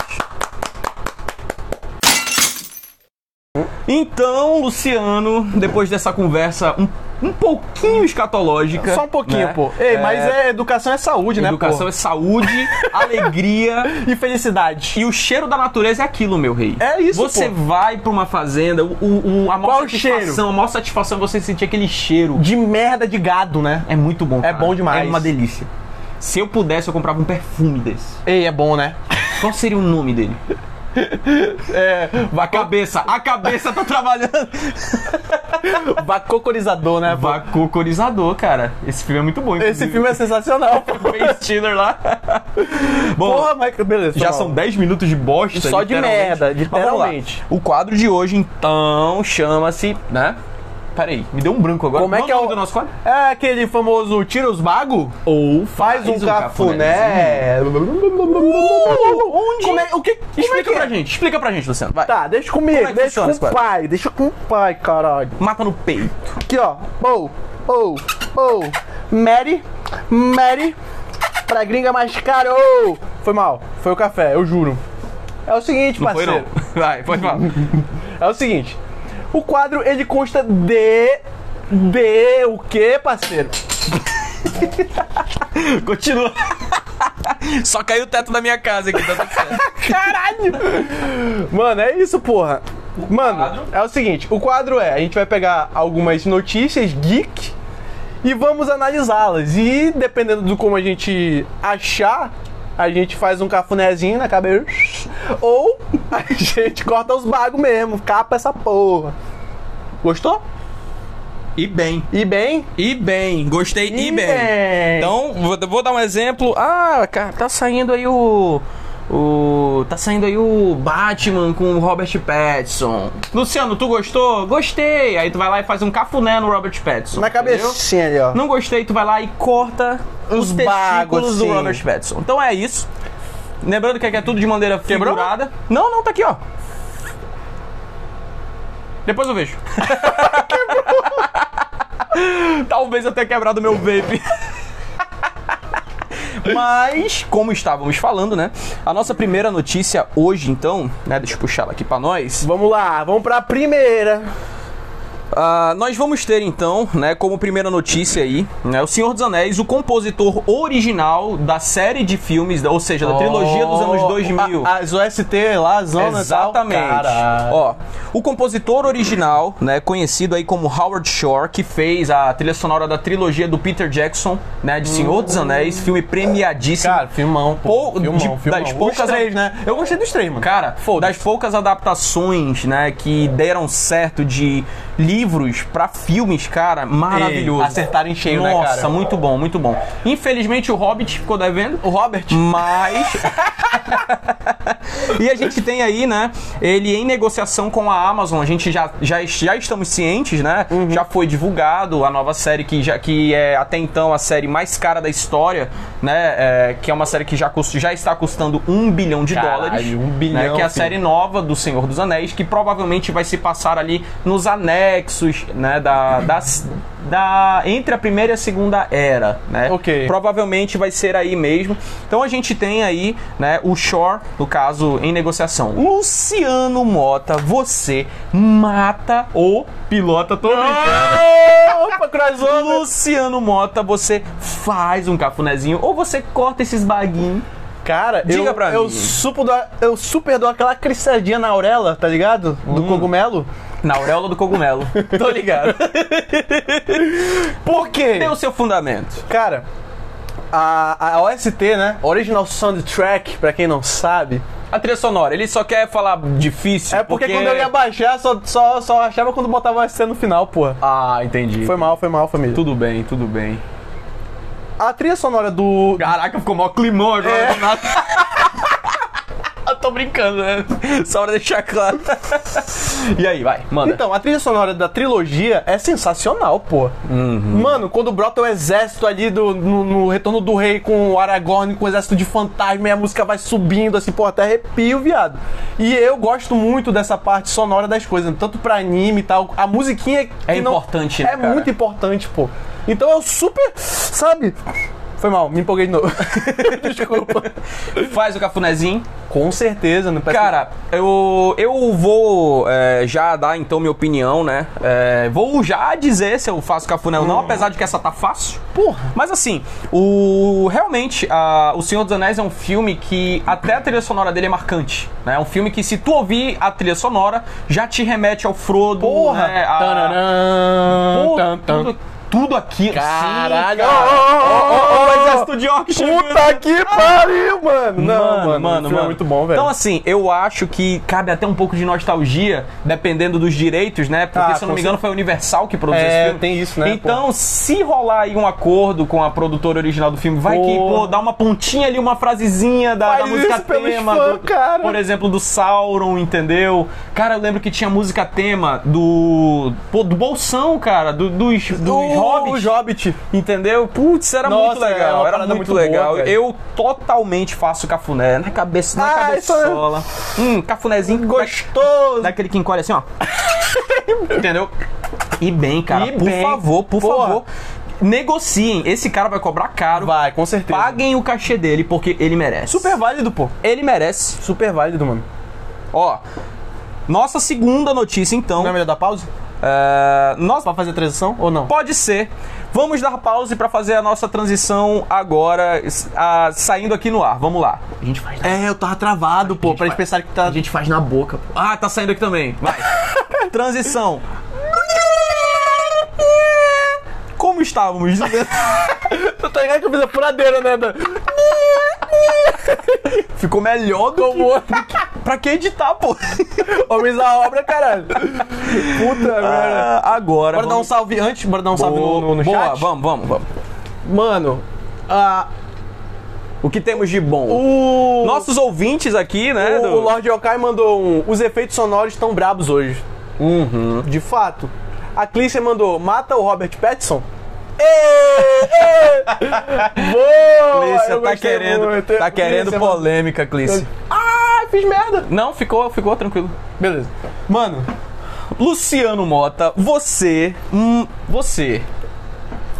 [SPEAKER 3] Então, Luciano, depois dessa conversa um, um pouquinho escatológica.
[SPEAKER 2] Só um pouquinho,
[SPEAKER 3] né?
[SPEAKER 2] pô. Ei, mas é educação é saúde, né,
[SPEAKER 3] Educação é saúde, alegria
[SPEAKER 2] e felicidade.
[SPEAKER 3] e o cheiro da natureza é aquilo, meu rei.
[SPEAKER 2] É isso,
[SPEAKER 3] Você
[SPEAKER 2] pô.
[SPEAKER 3] vai pra uma fazenda, o, o- o- a maior
[SPEAKER 2] Qual o
[SPEAKER 3] satisfação,
[SPEAKER 2] cheiro?
[SPEAKER 3] a maior satisfação é você sentir aquele cheiro.
[SPEAKER 2] De merda de gado, né?
[SPEAKER 3] É muito bom.
[SPEAKER 2] É
[SPEAKER 3] cara.
[SPEAKER 2] bom demais.
[SPEAKER 3] É uma delícia. Se eu pudesse, eu comprava um perfume desse.
[SPEAKER 2] Ei, é bom, né?
[SPEAKER 3] Qual seria o nome dele? É. A cabeça. A cabeça tá trabalhando.
[SPEAKER 2] Bacocorizador, né? pô?
[SPEAKER 3] Vacucorizador, cara. Esse filme é muito bom.
[SPEAKER 2] Esse filme é sensacional, pô.
[SPEAKER 3] é Ben Stiller lá. bom,
[SPEAKER 2] Porra, mas beleza.
[SPEAKER 3] já
[SPEAKER 2] tá
[SPEAKER 3] são
[SPEAKER 2] bom.
[SPEAKER 3] 10 minutos de bosta.
[SPEAKER 2] Só de
[SPEAKER 3] literalmente.
[SPEAKER 2] merda,
[SPEAKER 3] Mas vamos lá.
[SPEAKER 2] literalmente.
[SPEAKER 3] O quadro de hoje, então, chama-se, né? Peraí, me deu um branco agora.
[SPEAKER 2] Como é
[SPEAKER 3] Qual
[SPEAKER 2] que é
[SPEAKER 3] nome
[SPEAKER 2] o-
[SPEAKER 3] do nosso quadro?
[SPEAKER 2] É aquele famoso tira os bagos?
[SPEAKER 3] Ou
[SPEAKER 2] Faz, um, cafuné. Onde? Como é, o que, como é
[SPEAKER 3] Explica
[SPEAKER 2] que
[SPEAKER 3] pra
[SPEAKER 2] é?
[SPEAKER 3] gente, explica pra gente, Luciano. Vai.
[SPEAKER 2] Tá, deixa comigo,
[SPEAKER 3] Como é que
[SPEAKER 2] deixa
[SPEAKER 3] funciona esse
[SPEAKER 2] com o
[SPEAKER 3] quadro?
[SPEAKER 2] pai, deixa com o pai, caralho.
[SPEAKER 3] Mata no peito.
[SPEAKER 2] Aqui, ó. Ou, ou, ou. Mary, Mary, pra gringa mais cara. Ou. Foi mal, foi o café, eu juro. É o seguinte,
[SPEAKER 3] Não foi
[SPEAKER 2] parceiro.
[SPEAKER 3] não. Vai, pode falar.
[SPEAKER 2] É o seguinte, o quadro ele consta de de o que, parceiro?
[SPEAKER 3] Continua. Só caiu o teto da minha casa aqui, tá tudo certo.
[SPEAKER 2] Caralho! Mano, é isso, porra. Mano,
[SPEAKER 3] quadro.
[SPEAKER 2] é o seguinte, o quadro é, a gente vai pegar algumas notícias geek e vamos analisá-las. E dependendo do como a gente achar, a gente faz um cafunézinho na cabeça ou a gente corta os bagos mesmo, capa essa porra. Gostou?
[SPEAKER 3] E bem.
[SPEAKER 2] E bem?
[SPEAKER 3] E bem. Gostei e, bem. Então, vou, vou dar um exemplo. Ah, cara, tá saindo aí o. O. Tá saindo aí o Batman com o Robert Pattinson. Luciano, tu gostou? Gostei. Aí tu vai lá e faz um cafuné no Robert Pattinson.
[SPEAKER 2] na
[SPEAKER 3] entendeu?
[SPEAKER 2] cabecinha ali, ó.
[SPEAKER 3] Não gostei, tu vai lá e corta os
[SPEAKER 2] Os bagos, assim.
[SPEAKER 3] testículos do
[SPEAKER 2] sim.
[SPEAKER 3] Robert Pattinson. Então é isso. Lembrando que aqui é tudo de maneira
[SPEAKER 2] Quebrou?
[SPEAKER 3] figurada. Não, não, tá aqui, ó. Depois eu vejo. Talvez eu tenha quebrado meu vape. Mas, como estávamos falando, né? A nossa primeira notícia hoje, então, né? Deixa eu puxar ela aqui pra nós.
[SPEAKER 2] Vamos lá, vamos pra primeira.
[SPEAKER 3] Ah, nós vamos ter então, né, como primeira notícia aí, né, o Senhor dos Anéis, o compositor original da série de filmes, ou seja, da trilogia dos anos 2000.
[SPEAKER 2] Oh, A- tá, As OST lá, as zonas e tal.
[SPEAKER 3] Exatamente.
[SPEAKER 2] Caralho.
[SPEAKER 3] Ó, o compositor original, né, conhecido aí como Howard Shore, que fez a trilha sonora da trilogia do Peter Jackson, né, de Senhor dos Anéis, filme premiadíssimo.
[SPEAKER 2] Cara, filmão, pô.
[SPEAKER 3] Pou-
[SPEAKER 2] filmão,
[SPEAKER 3] de-
[SPEAKER 2] filmão.
[SPEAKER 3] das poucas-
[SPEAKER 2] Os três, né? Eu gostei dos três, mano.
[SPEAKER 3] Cara,
[SPEAKER 2] Foda-se.
[SPEAKER 3] das poucas adaptações, né, que deram certo de livros pra filmes, cara, maravilhoso.
[SPEAKER 2] Ei, acertaram em cheio, né,
[SPEAKER 3] Nossa,
[SPEAKER 2] cara?
[SPEAKER 3] muito bom, muito bom. Infelizmente o Hobbit ficou devendo,
[SPEAKER 2] o Robert.
[SPEAKER 3] mas E a gente tem aí, né, ele em negociação com a Amazon. A gente já já, já estamos cientes, né?
[SPEAKER 2] Uhum.
[SPEAKER 3] Já foi divulgado a nova série que já que é até então a série mais cara da história, né, é, que é uma série que já custa, já está custando um bilhão de
[SPEAKER 2] Caralho,
[SPEAKER 3] dólares,
[SPEAKER 2] um
[SPEAKER 3] né,
[SPEAKER 2] bilhão,
[SPEAKER 3] que é a
[SPEAKER 2] filho.
[SPEAKER 3] série série nova do Senhor dos Anéis, que provavelmente vai se passar ali nos anexos, né, da, das, da entre a primeira e a segunda era, né?
[SPEAKER 2] Ok.
[SPEAKER 3] Provavelmente vai ser aí mesmo. Então a gente tem aí, né, o Shore, no caso, em negociação. Luciano Mota, você mata o pilota tô brincando.
[SPEAKER 2] É, Opa, crossover.
[SPEAKER 3] Luciano Mota, você faz um cafunézinho ou você corta esses baguinhos.
[SPEAKER 2] Cara,
[SPEAKER 3] Diga
[SPEAKER 2] eu,
[SPEAKER 3] pra
[SPEAKER 2] eu,
[SPEAKER 3] mim.
[SPEAKER 2] Super dou, eu super dou aquela crissadinha na orelha, tá ligado? Do cogumelo.
[SPEAKER 3] Na auréola do cogumelo. Tô ligado.
[SPEAKER 2] Por quê?
[SPEAKER 3] Deu seu fundamento.
[SPEAKER 2] Cara, a, a OST, né? Original Soundtrack, pra quem não sabe.
[SPEAKER 3] A trilha sonora, ele só quer falar difícil.
[SPEAKER 2] É porque, quando eu ia baixar, só, só, só achava quando botava OST no final, porra.
[SPEAKER 3] Ah, entendi.
[SPEAKER 2] Foi mal, foi mal, família.
[SPEAKER 3] Tudo bem, tudo bem.
[SPEAKER 2] A trilha sonora do.
[SPEAKER 3] Caraca, ficou mó climão agora.
[SPEAKER 2] É.
[SPEAKER 3] do nada. eu tô brincando, né? Só pra deixar claro. e aí, vai, manda.
[SPEAKER 2] Então, a trilha sonora da trilogia é sensacional, pô.
[SPEAKER 3] Uhum.
[SPEAKER 2] Mano, quando brota o exército ali do, no, no Retorno do Rei com o Aragorn, com o exército de fantasma, e a música vai subindo, assim, pô, até arrepio, viado. E eu gosto muito dessa parte sonora das coisas, tanto pra anime e tal. A musiquinha que
[SPEAKER 3] É importante, né,
[SPEAKER 2] É
[SPEAKER 3] cara?
[SPEAKER 2] muito importante, pô. Então eu super, sabe... Foi mal, me empolguei de novo. Desculpa.
[SPEAKER 3] Faz o cafunézinho.
[SPEAKER 2] Com certeza, não
[SPEAKER 3] Cara, eu, eu vou é, já dar então minha opinião, né? É, vou já dizer se eu faço cafuné ou não, apesar de que essa tá fácil.
[SPEAKER 2] Hum. Porra.
[SPEAKER 3] Mas assim, o realmente, a- O Senhor dos Anéis é um filme que até a trilha sonora dele é marcante. Né? É um filme que se tu ouvir a trilha sonora, já te remete ao Frodo,
[SPEAKER 2] Porra.
[SPEAKER 3] né? A-
[SPEAKER 2] Tananã,
[SPEAKER 3] Pô,
[SPEAKER 2] tan, tan.
[SPEAKER 3] Tudo, tudo aqui.
[SPEAKER 2] Caralho.
[SPEAKER 3] Sim, cara.
[SPEAKER 2] Ô, ô, ô, ô,
[SPEAKER 3] O exército de orcs chegando.
[SPEAKER 2] Puta que pariu, mano. Não, mano, o filme é muito bom, velho.
[SPEAKER 3] Então, assim, eu acho que cabe até um pouco de nostalgia, dependendo dos direitos, né? Porque,
[SPEAKER 2] Ah,
[SPEAKER 3] se eu não
[SPEAKER 2] com
[SPEAKER 3] me engano, foi a Universal que produziu
[SPEAKER 2] É,
[SPEAKER 3] esse filme.
[SPEAKER 2] tem isso, né,
[SPEAKER 3] Então, se rolar aí um acordo com a produtora original do filme, vai que,
[SPEAKER 2] Pô.
[SPEAKER 3] pô, dá uma pontinha ali, uma frasezinha da, da
[SPEAKER 2] Faz
[SPEAKER 3] música
[SPEAKER 2] isso pelos
[SPEAKER 3] tema.
[SPEAKER 2] fãs,
[SPEAKER 3] do-
[SPEAKER 2] cara.
[SPEAKER 3] Por exemplo, do Sauron, entendeu? Cara, eu lembro que tinha música tema do. Pô, do Bolsão, cara, do- dos, dos Hobbits.
[SPEAKER 2] O Hobbit.
[SPEAKER 3] Entendeu? Putz, era
[SPEAKER 2] Nossa,
[SPEAKER 3] muito
[SPEAKER 2] é
[SPEAKER 3] legal,
[SPEAKER 2] uma
[SPEAKER 3] era
[SPEAKER 2] parada
[SPEAKER 3] muito,
[SPEAKER 2] muito
[SPEAKER 3] legal.
[SPEAKER 2] boa, velho.
[SPEAKER 3] eu totalmente faço cafuné na cabeça, na
[SPEAKER 2] Ah,
[SPEAKER 3] cabeçola. Hum, cafunézinho
[SPEAKER 2] Gostoso.
[SPEAKER 3] Daquele que encolhe assim, ó. Entendeu? E bem, cara,
[SPEAKER 2] E
[SPEAKER 3] por
[SPEAKER 2] bem.
[SPEAKER 3] favor, por
[SPEAKER 2] Porra.
[SPEAKER 3] favor, negociem. Esse cara vai cobrar caro.
[SPEAKER 2] Vai, com certeza.
[SPEAKER 3] Paguem o cachê dele porque ele merece.
[SPEAKER 2] Super válido, pô.
[SPEAKER 3] Ele merece.
[SPEAKER 2] Super válido, mano.
[SPEAKER 3] Ó, nossa segunda notícia então.
[SPEAKER 2] Não é melhor dar pausa?
[SPEAKER 3] Ah, nós
[SPEAKER 2] Pra fazer transição ou não?
[SPEAKER 3] Pode ser. Vamos dar pause pra fazer a nossa transição agora, s- a- saindo aqui no ar. Vamos lá.
[SPEAKER 4] A gente faz na,
[SPEAKER 3] É, eu tava travado, pô,
[SPEAKER 2] pra eles pensarem que tá.
[SPEAKER 4] a gente faz na boca, pô.
[SPEAKER 3] Ah, tá saindo aqui também. Vai. transição. Como estávamos dizendo,
[SPEAKER 2] Tu tá ligado que eu fiz a furadeira, né? Dan?
[SPEAKER 3] ficou melhor do que... Pra que editar, pô?
[SPEAKER 2] Homens da obra, caralho. Puta, merda.
[SPEAKER 3] Ah, agora.
[SPEAKER 2] Bora dar um
[SPEAKER 3] vamos-
[SPEAKER 2] salve antes, bora dar um salve no,
[SPEAKER 3] Boa,
[SPEAKER 2] no, no
[SPEAKER 3] boa,
[SPEAKER 2] chat.
[SPEAKER 3] vamos, vamos, vamos.
[SPEAKER 2] Mano, a-
[SPEAKER 3] O que temos de bom?
[SPEAKER 2] o.
[SPEAKER 3] Nossos ouvintes aqui, né?
[SPEAKER 2] o,
[SPEAKER 3] do-
[SPEAKER 2] o Lord Yokai mandou um. Os efeitos sonoros estão brabos hoje. Uhum. De fato. A Clícia mandou: mata o Robert Pattinson? Ê, ê. Boa!
[SPEAKER 3] Clícia,
[SPEAKER 2] eu
[SPEAKER 3] tá
[SPEAKER 2] gostei
[SPEAKER 3] querendo,
[SPEAKER 2] muito.
[SPEAKER 3] tá querendo
[SPEAKER 2] Clícia, mano.
[SPEAKER 3] polêmica, Clícia.
[SPEAKER 2] Ah, fiz merda!
[SPEAKER 3] Não, ficou, ficou tranquilo.
[SPEAKER 2] Beleza.
[SPEAKER 3] Mano, Luciano Mota, você, hum, você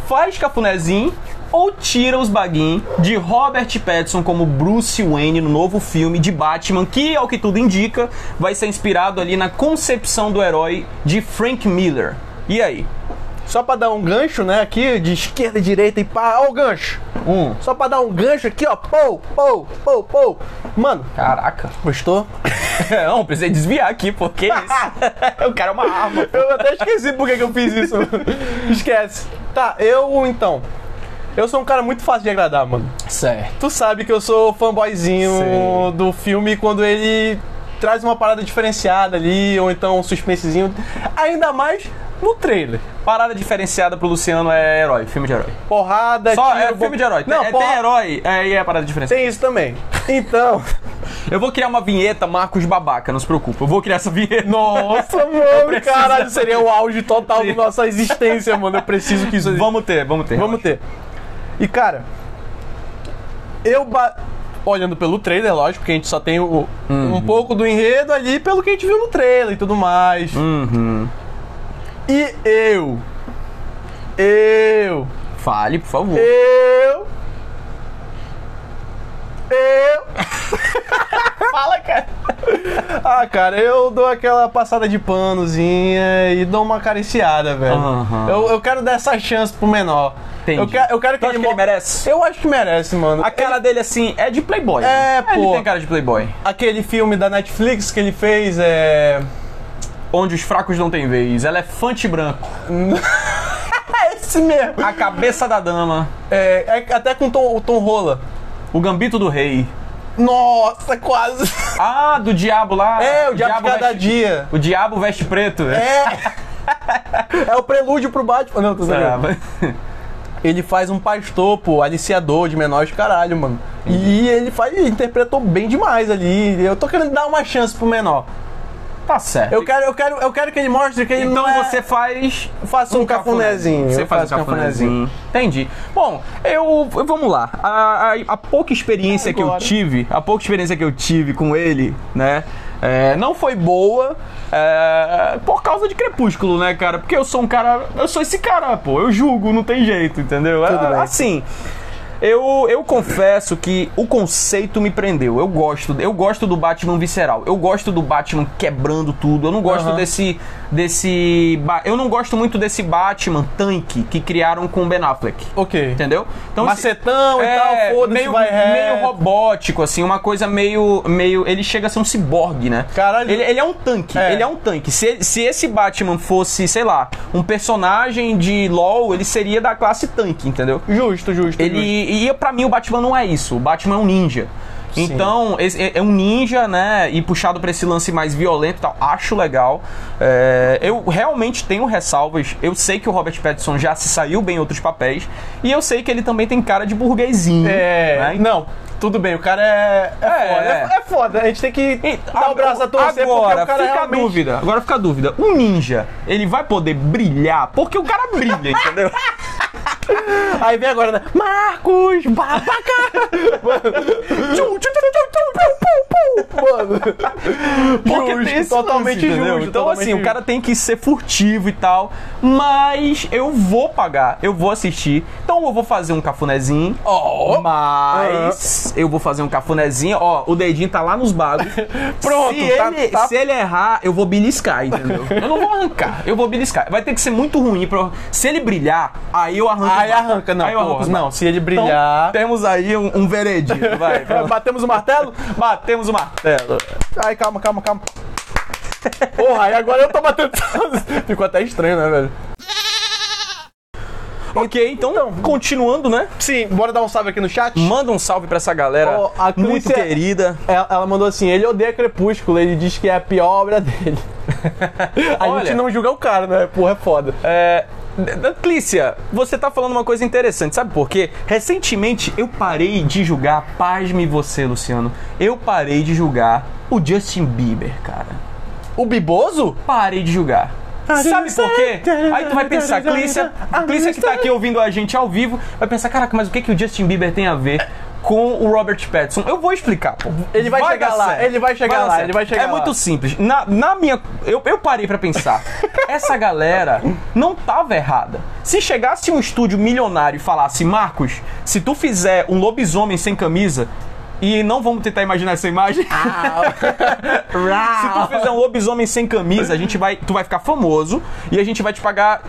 [SPEAKER 3] faz cafunézinho ou tira os baguinhos de Robert Pattinson como Bruce Wayne no novo filme de Batman, que ao que tudo indica, vai ser inspirado ali na concepção do herói de Frank Miller. E aí?
[SPEAKER 2] Só pra dar um gancho, né, aqui, de esquerda, direita e pá. Ó o gancho.
[SPEAKER 3] Um.
[SPEAKER 2] Só pra dar um gancho aqui, ó. Pou, pou, pou, pou. Mano,
[SPEAKER 3] Caraca.
[SPEAKER 2] gostou?
[SPEAKER 3] Não, precisei desviar aqui, porque é isso? o cara é uma arma.
[SPEAKER 2] Eu até esqueci por que que eu fiz isso. Esquece. Tá, eu então. Eu sou um cara muito fácil de agradar, mano.
[SPEAKER 3] Certo.
[SPEAKER 2] Tu sabe que eu sou fanboyzinho
[SPEAKER 3] Sei.
[SPEAKER 2] do filme quando ele traz uma parada diferenciada ali, ou então um suspensezinho. Ainda mais no trailer.
[SPEAKER 3] Parada diferenciada pro Luciano é herói, filme de herói.
[SPEAKER 2] Porrada,
[SPEAKER 3] Só
[SPEAKER 2] tiro,
[SPEAKER 3] é
[SPEAKER 2] bom-
[SPEAKER 3] filme de herói.
[SPEAKER 2] Não,
[SPEAKER 3] Não, é,
[SPEAKER 2] porra-
[SPEAKER 3] tem herói, aí é a parada diferente.
[SPEAKER 2] Tem isso também. Então.
[SPEAKER 3] Eu vou criar uma vinheta Marcos Babaca, não se preocupa. Eu vou criar essa vinheta.
[SPEAKER 2] Nossa, mano,
[SPEAKER 3] preciso-
[SPEAKER 2] caralho, seria o auge total da
[SPEAKER 3] Sim.
[SPEAKER 2] nossa existência, mano. Eu preciso que isso
[SPEAKER 3] Vamos ter, vamos ter.
[SPEAKER 2] Vamos ter. E cara, eu ba- olhando pelo trailer, lógico, que a gente só tem o-
[SPEAKER 3] Uhum.
[SPEAKER 2] um pouco do enredo ali pelo que a gente viu no trailer e tudo mais.
[SPEAKER 3] Uhum.
[SPEAKER 2] E eu, eu,
[SPEAKER 3] Fale, por favor.
[SPEAKER 2] eu, eu.
[SPEAKER 3] Fala, cara.
[SPEAKER 2] Ah, cara, eu dou aquela passada de panozinha e dou uma acariciada, velho.
[SPEAKER 3] Aham.
[SPEAKER 2] Eu, eu quero dar essa chance pro menor.
[SPEAKER 3] Entendi.
[SPEAKER 2] Eu quero, eu quero que,
[SPEAKER 3] Tu acha
[SPEAKER 2] ele,
[SPEAKER 3] que ele
[SPEAKER 2] mo-
[SPEAKER 3] merece?
[SPEAKER 2] Eu acho que merece, mano.
[SPEAKER 3] A cara dele, assim, é de playboy. né?
[SPEAKER 2] É,
[SPEAKER 3] Ele
[SPEAKER 2] pô.
[SPEAKER 3] tem cara de playboy.
[SPEAKER 2] Aquele filme da Netflix que ele fez é.
[SPEAKER 3] Onde os fracos não têm vez. Elefante branco.
[SPEAKER 2] É Esse mesmo!
[SPEAKER 3] A cabeça da dama.
[SPEAKER 2] É, é até com Tom, o Tom Rola.
[SPEAKER 3] O gambito do rei.
[SPEAKER 2] Nossa, quase!
[SPEAKER 3] Ah, do diabo lá.
[SPEAKER 2] É, o Diabo de Cada
[SPEAKER 3] veste-
[SPEAKER 2] Dia.
[SPEAKER 3] O diabo veste preto.
[SPEAKER 2] É! É o prelúdio pro Batman. Não, tô zoando. Ele faz um pastor, pô, aliciador de menores, caralho, mano. E ele faz, ele interpretou bem demais ali. Eu tô querendo dar uma chance pro menor.
[SPEAKER 3] Tá certo.
[SPEAKER 2] Eu quero, eu quero, eu quero que ele mostre que ele
[SPEAKER 3] Então
[SPEAKER 2] não é...
[SPEAKER 3] você faz
[SPEAKER 2] faça um, cafunézinho.
[SPEAKER 3] Você
[SPEAKER 2] Eu
[SPEAKER 3] faz um
[SPEAKER 2] faço
[SPEAKER 3] cafunézinho. Entendi. Bom, eu. eu- Vamos lá. A, a- a pouca experiência que eu
[SPEAKER 2] Agora.
[SPEAKER 3] tive, a pouca experiência que eu tive com ele, né? é, não foi boa é, por causa de Crepúsculo, né, cara? Porque eu sou um cara. Eu sou esse cara, pô. Eu julgo, não tem jeito, entendeu? É,
[SPEAKER 2] Tudo bem.
[SPEAKER 3] Assim. Eu, eu confesso que o conceito me prendeu. Eu gosto, eu gosto do Batman visceral. Eu gosto do Batman quebrando tudo. Eu não gosto
[SPEAKER 2] Aham.
[SPEAKER 3] desse desse ba- eu não gosto muito desse Batman tanque que criaram com o Ben Affleck.
[SPEAKER 2] Ok.
[SPEAKER 3] Entendeu? Então esse-
[SPEAKER 2] Macetão e
[SPEAKER 3] é,
[SPEAKER 2] tal, foda-se,
[SPEAKER 3] meio,
[SPEAKER 2] vai reto.
[SPEAKER 3] meio robótico, assim, uma coisa meio, meio. Ele chega a ser um ciborgue, né?
[SPEAKER 2] Caralho.
[SPEAKER 3] Ele, ele é um tanque.
[SPEAKER 2] É.
[SPEAKER 3] Ele é um tanque. Se, se esse Batman fosse, sei lá, um personagem de LOL, ele seria da classe tanque, entendeu?
[SPEAKER 2] Justo, justo.
[SPEAKER 3] Ele
[SPEAKER 2] justo.
[SPEAKER 3] e para mim o Batman não é isso. O Batman é um ninja.
[SPEAKER 2] Sim.
[SPEAKER 3] Então, esse é é um ninja, né? E puxado pra esse lance mais violento e tal, acho legal. É, eu realmente tenho ressalvas. Eu sei que o Robert Pattinson já se saiu bem em outros papéis. E eu sei que ele também tem cara de burguesinho.
[SPEAKER 2] É.
[SPEAKER 3] né?
[SPEAKER 2] Não, tudo bem, o cara é. É,
[SPEAKER 3] É,
[SPEAKER 2] foda.
[SPEAKER 3] é.
[SPEAKER 2] É, é foda. A gente tem que
[SPEAKER 3] E-
[SPEAKER 2] dar o braço um a torcer
[SPEAKER 3] agora,
[SPEAKER 2] porque o cara é
[SPEAKER 3] fica
[SPEAKER 2] realmente...
[SPEAKER 3] a dúvida. Agora fica a dúvida. Um ninja, ele vai poder brilhar porque o cara brilha, entendeu?
[SPEAKER 2] Aí vem agora, né? Marcos, babaca!
[SPEAKER 3] Tchum, tchum, tchum, tchum, tchum, tchum, pum, pum.
[SPEAKER 2] Mano.
[SPEAKER 3] Porque
[SPEAKER 2] justo,
[SPEAKER 3] tem esse
[SPEAKER 2] totalmente
[SPEAKER 3] lance, entendeu?
[SPEAKER 2] justo.
[SPEAKER 3] Então,
[SPEAKER 2] totalmente
[SPEAKER 3] assim, o cara tem que ser furtivo e tal. Mas eu vou pagar, eu vou assistir. Então eu vou fazer um cafunézinho.
[SPEAKER 2] Ó.
[SPEAKER 3] Mas eu vou fazer um cafunézinho. Ó, o dedinho tá lá nos bagos.
[SPEAKER 2] Pronto,
[SPEAKER 3] se,
[SPEAKER 2] tá-
[SPEAKER 3] ele,
[SPEAKER 2] tá-
[SPEAKER 3] se ele errar, eu vou beliscar, entendeu? eu não vou arrancar, eu vou beliscar. Vai ter que ser muito ruim. Pra... Se ele brilhar, aí eu arranco. os
[SPEAKER 2] Aí
[SPEAKER 3] bagos.
[SPEAKER 2] arranca, não.
[SPEAKER 3] Aí eu arranco
[SPEAKER 2] porra,
[SPEAKER 3] os
[SPEAKER 2] não,
[SPEAKER 3] bagos.
[SPEAKER 2] se ele
[SPEAKER 3] Então,
[SPEAKER 2] brilhar.
[SPEAKER 3] temos aí um, um veredito, vai.
[SPEAKER 2] Batemos o martelo?
[SPEAKER 3] Batemos o martelo.
[SPEAKER 2] Martelo. Ai, calma, calma, calma. Porra, aí agora eu tô batendo. Ficou até estranho, né, velho?
[SPEAKER 3] Ok, então, continuando, né?
[SPEAKER 2] Sim, bora dar um salve aqui no chat?
[SPEAKER 3] Manda um salve pra essa galera
[SPEAKER 2] Ó, a
[SPEAKER 3] muito
[SPEAKER 2] Clícia-
[SPEAKER 3] querida.
[SPEAKER 2] Ela, ela mandou assim: ele odeia Crepúsculo, ele diz que é a pior obra dele. a
[SPEAKER 3] Olha.
[SPEAKER 2] gente não julga o cara, né? Porra, é foda.
[SPEAKER 3] É, D- D- Clícia, você tá falando uma coisa interessante, sabe por quê? Recentemente eu parei de julgar, pasme você, Luciano, eu parei de julgar o Justin Bieber, cara.
[SPEAKER 2] O Biboso?
[SPEAKER 3] Parei de julgar. Sabe por quê? Aí tu vai pensar, Clícia, a Clícia que tá aqui ouvindo a gente ao vivo, vai pensar, caraca, mas o que, que o Justin Bieber tem a ver com o Robert Pattinson? Eu vou explicar, pô.
[SPEAKER 2] Ele vai chegar
[SPEAKER 3] dar
[SPEAKER 2] lá,
[SPEAKER 3] certo.
[SPEAKER 2] ele vai chegar
[SPEAKER 3] dar
[SPEAKER 2] lá,
[SPEAKER 3] certo.
[SPEAKER 2] ele vai chegar
[SPEAKER 3] É
[SPEAKER 2] lá.
[SPEAKER 3] muito simples. Na, na minha. Eu, eu parei pra pensar. Essa galera não tava errada. Se chegasse um estúdio milionário e falasse, Marcos, se tu fizer um lobisomem sem camisa. E não vamos tentar imaginar essa imagem. Se
[SPEAKER 2] Ah.
[SPEAKER 3] tu fizer um lobisomem sem camisa, a gente vai, tu vai ficar famoso e a gente vai te pagar.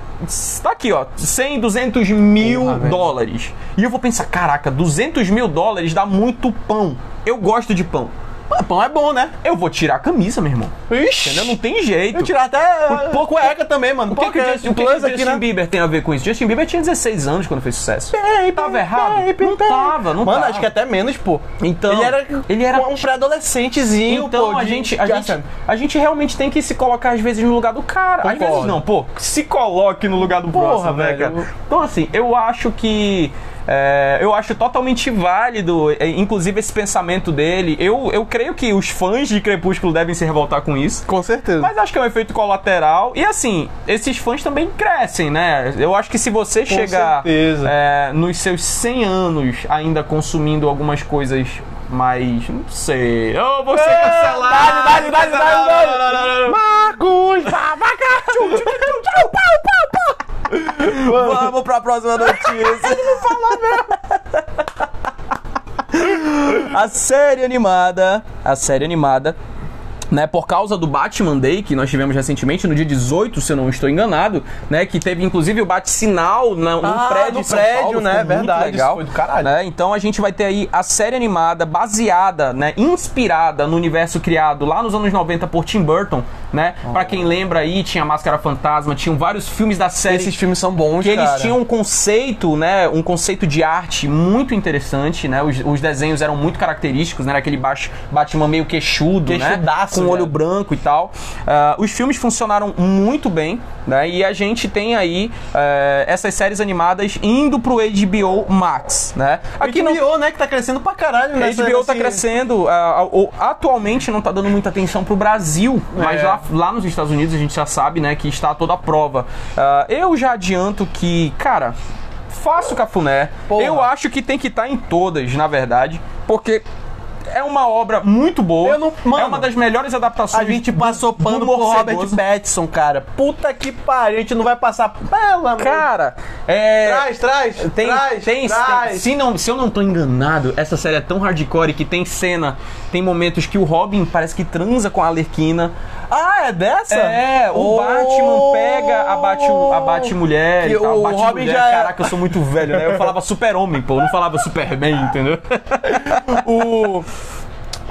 [SPEAKER 3] Tá aqui, ó. 100, 200 mil
[SPEAKER 2] Porra, velho.
[SPEAKER 3] dólares. E eu vou pensar: caraca, 200 mil dólares dá muito pão. Eu gosto de pão.
[SPEAKER 2] Ah, pão é bom, né?
[SPEAKER 3] Eu vou tirar a camisa, meu irmão.
[SPEAKER 2] Ixi,
[SPEAKER 3] Entendeu? Não tem jeito.
[SPEAKER 2] Eu tirar até.
[SPEAKER 3] Um
[SPEAKER 2] Um
[SPEAKER 3] pouco
[SPEAKER 2] pouco cueca também, mano.
[SPEAKER 3] O que, que o Justin, o que que o Justin Bieber tem a ver com isso? Justin Bieber tinha 16 anos quando fez sucesso.
[SPEAKER 2] Baby,
[SPEAKER 3] tava errado?
[SPEAKER 2] baby,
[SPEAKER 3] não
[SPEAKER 2] baby.
[SPEAKER 3] tava, não
[SPEAKER 2] Mano,
[SPEAKER 3] tava.
[SPEAKER 2] acho que até menos, pô.
[SPEAKER 3] Então,
[SPEAKER 2] ele era,
[SPEAKER 3] ele era-
[SPEAKER 2] um pré-adolescentezinho,
[SPEAKER 3] Então
[SPEAKER 2] pô.
[SPEAKER 3] a,
[SPEAKER 2] de-
[SPEAKER 3] gente, a,
[SPEAKER 2] de-
[SPEAKER 3] gente, a gente realmente tem que se colocar às vezes no lugar do cara. Às
[SPEAKER 2] Concordo.
[SPEAKER 3] vezes não, pô. Se coloque no lugar do
[SPEAKER 2] Porra,
[SPEAKER 3] próximo, né,
[SPEAKER 2] velho,
[SPEAKER 3] cara?
[SPEAKER 2] eu-
[SPEAKER 3] Então assim, eu acho que... é, eu acho totalmente válido, é, inclusive, esse pensamento dele. Eu, eu creio que os fãs de Crepúsculo devem se revoltar com isso.
[SPEAKER 2] Com certeza.
[SPEAKER 3] Mas acho que é um efeito colateral. E assim, esses fãs também crescem, né? Eu acho que se você chegar
[SPEAKER 2] certeza.
[SPEAKER 3] é, nos seus 100 anos ainda consumindo algumas coisas mais. Não sei. Eu vou ser cancelado!
[SPEAKER 2] dá-lhe, dá-lhe, dá-lhe, dá-lhe.
[SPEAKER 3] Não, não, não, não, não.
[SPEAKER 2] Marcos, babaca! Tchum, tchum, tchum, tchum, pau, pau, pau. Mano,
[SPEAKER 3] Vamos pra próxima notícia. a série animada. A série animada. Né, por causa do Batman Day que nós tivemos recentemente, no dia 18, se eu não estou enganado, né? Que teve inclusive o bate-sinal na- no
[SPEAKER 2] Ah,
[SPEAKER 3] prédio,
[SPEAKER 2] no
[SPEAKER 3] em São
[SPEAKER 2] prédio,
[SPEAKER 3] Paulo,
[SPEAKER 2] né,
[SPEAKER 3] ficou muito
[SPEAKER 2] verdade,
[SPEAKER 3] legal,
[SPEAKER 2] isso foi do caralho.
[SPEAKER 3] né, Então a gente vai ter aí a série animada baseada, né, inspirada no universo criado lá nos anos 90 por Tim Burton, né?
[SPEAKER 2] Ah.
[SPEAKER 3] Pra quem lembra aí, tinha Máscara Fantasma, tinham vários filmes da série
[SPEAKER 2] Esses filmes são bons,
[SPEAKER 3] que
[SPEAKER 2] cara.
[SPEAKER 3] eles tinham um conceito, né? Um conceito de arte muito interessante, né? Os, os desenhos eram muito característicos, né? Era aquele baixo, Batman meio queixudo, né?
[SPEAKER 2] Queixudaço,
[SPEAKER 3] Com
[SPEAKER 2] velho.
[SPEAKER 3] olho branco e tal. Ah, os filmes funcionaram muito bem, né? E a gente tem aí eh, essas séries animadas indo pro HBO Max, né?
[SPEAKER 2] Aqui
[SPEAKER 3] Aqui
[SPEAKER 2] HBO,
[SPEAKER 3] não.
[SPEAKER 2] né, que tá crescendo pra caralho, né?
[SPEAKER 3] HBO tá crescendo, ah, o- atualmente não tá dando muita atenção pro Brasil, mas
[SPEAKER 2] É.
[SPEAKER 3] lá, lá nos Estados Unidos a gente já sabe, né, que está toda a prova. Ah, eu já adianto que, cara, faço cafuné.
[SPEAKER 2] Porra.
[SPEAKER 3] Eu acho que tem que estar em todas, na verdade, porque é uma obra muito boa.
[SPEAKER 2] Eu não- mano,
[SPEAKER 3] é uma das melhores adaptações.
[SPEAKER 2] A gente passou
[SPEAKER 3] do-
[SPEAKER 2] pano
[SPEAKER 3] do
[SPEAKER 2] pro
[SPEAKER 3] morcegoso.
[SPEAKER 2] Robert Pattinson, cara. Puta que pariu, a gente não vai passar pela...
[SPEAKER 3] Cara, é.
[SPEAKER 2] Traz, traz,
[SPEAKER 3] Tem,
[SPEAKER 2] traz,
[SPEAKER 3] tem,
[SPEAKER 2] traz.
[SPEAKER 3] tem- se, não, se eu não tô enganado, essa série é tão hardcore que tem cena, tem momentos que o Robin parece que transa com a Alerquina.
[SPEAKER 2] Ah, é dessa?
[SPEAKER 3] É, o
[SPEAKER 2] Oh!
[SPEAKER 3] Batman pega a Batman, a Batmulher
[SPEAKER 2] Que
[SPEAKER 3] e tal.
[SPEAKER 2] o
[SPEAKER 3] Batmulher,
[SPEAKER 2] Robin já- é-
[SPEAKER 3] Caraca, eu sou muito velho, né? Eu falava super-homem, pô, eu não falava Superman, entendeu?
[SPEAKER 2] O...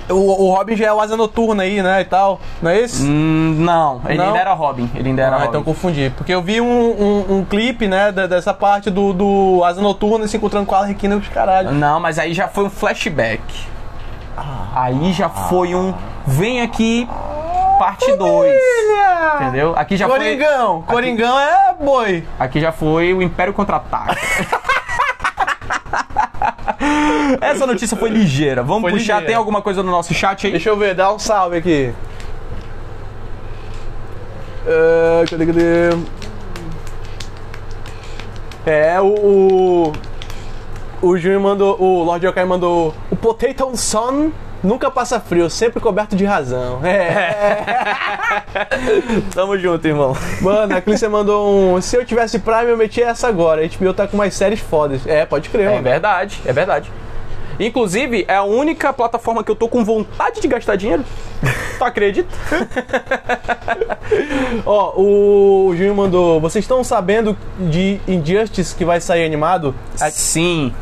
[SPEAKER 2] O, o Robin já é o Asa Noturna aí, né, e tal. Não é isso?
[SPEAKER 3] Hum, não, ele
[SPEAKER 2] Não?
[SPEAKER 3] ainda era Robin, ele ainda era
[SPEAKER 2] Ah,
[SPEAKER 3] Robin.
[SPEAKER 2] então confundi. Porque eu vi um, um, um clipe, né, da- dessa parte do, do Asa Noturna se encontrando com a Arlequina e os caralho.
[SPEAKER 3] Não, mas aí já foi um flashback. Aí já foi um vem aqui
[SPEAKER 2] Ah,
[SPEAKER 3] parte 2. Entendeu? Aqui já foi
[SPEAKER 2] Coringão! Coringão é boi.
[SPEAKER 3] Aqui já foi o Império Contra-Ataca. Essa notícia foi ligeira. Vamos
[SPEAKER 2] Foi
[SPEAKER 3] puxar.
[SPEAKER 2] ligeira.
[SPEAKER 3] Tem alguma coisa no nosso chat aí?
[SPEAKER 2] Deixa eu ver, dá um salve aqui. É, cadê, cadê? É, o. O, o Júnior mandou. O Lord Yokai mandou. O Potato Son Nunca passa frio, sempre coberto de razão. É.
[SPEAKER 3] Tamo junto, irmão.
[SPEAKER 2] Mano, a Clícia mandou um. Se eu tivesse Prime, eu metia essa agora. A HBO tá com umas séries fodas. É, pode crer,
[SPEAKER 3] É
[SPEAKER 2] mano.
[SPEAKER 3] verdade, é verdade. Inclusive, é a única plataforma que eu tô com vontade de gastar dinheiro. Tu acredita?
[SPEAKER 2] Ó, o, o Júnior mandou. Vocês estão sabendo de Injustice que vai sair animado?
[SPEAKER 3] Sim.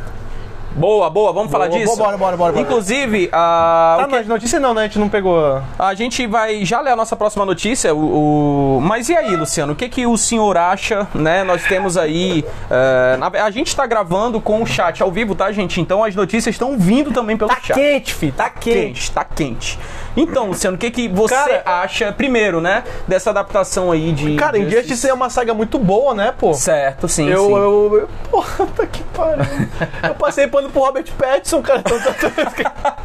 [SPEAKER 3] Boa, boa, vamos falar
[SPEAKER 2] É. Boa,
[SPEAKER 3] disso?
[SPEAKER 2] bora, bora, bora, bora.
[SPEAKER 3] Inclusive, a,
[SPEAKER 2] Ah,
[SPEAKER 3] o que-
[SPEAKER 2] não, de notícia não, né? A gente não pegou.
[SPEAKER 3] a gente vai já ler a nossa próxima notícia. O, o- Mas e aí, Luciano? O que, que o senhor acha? Né? Nós temos aí. é, na- A gente tá gravando com o chat ao vivo, tá, gente? Então as notícias estão vindo também pelo chat.
[SPEAKER 2] quente, fi, tá
[SPEAKER 3] quente, tá quente. Então, Luciano, o que, que você
[SPEAKER 2] Cara-
[SPEAKER 3] acha, primeiro, né, dessa adaptação aí de.
[SPEAKER 2] Cara,
[SPEAKER 3] Injustice?
[SPEAKER 2] Injustice é uma saga muito boa, né, pô?
[SPEAKER 3] Certo, sim.
[SPEAKER 2] Eu,
[SPEAKER 3] sim.
[SPEAKER 2] eu, eu. Porra, tá que pariu. Eu passei pano pro Robert Pattinson, cara. Então, tá-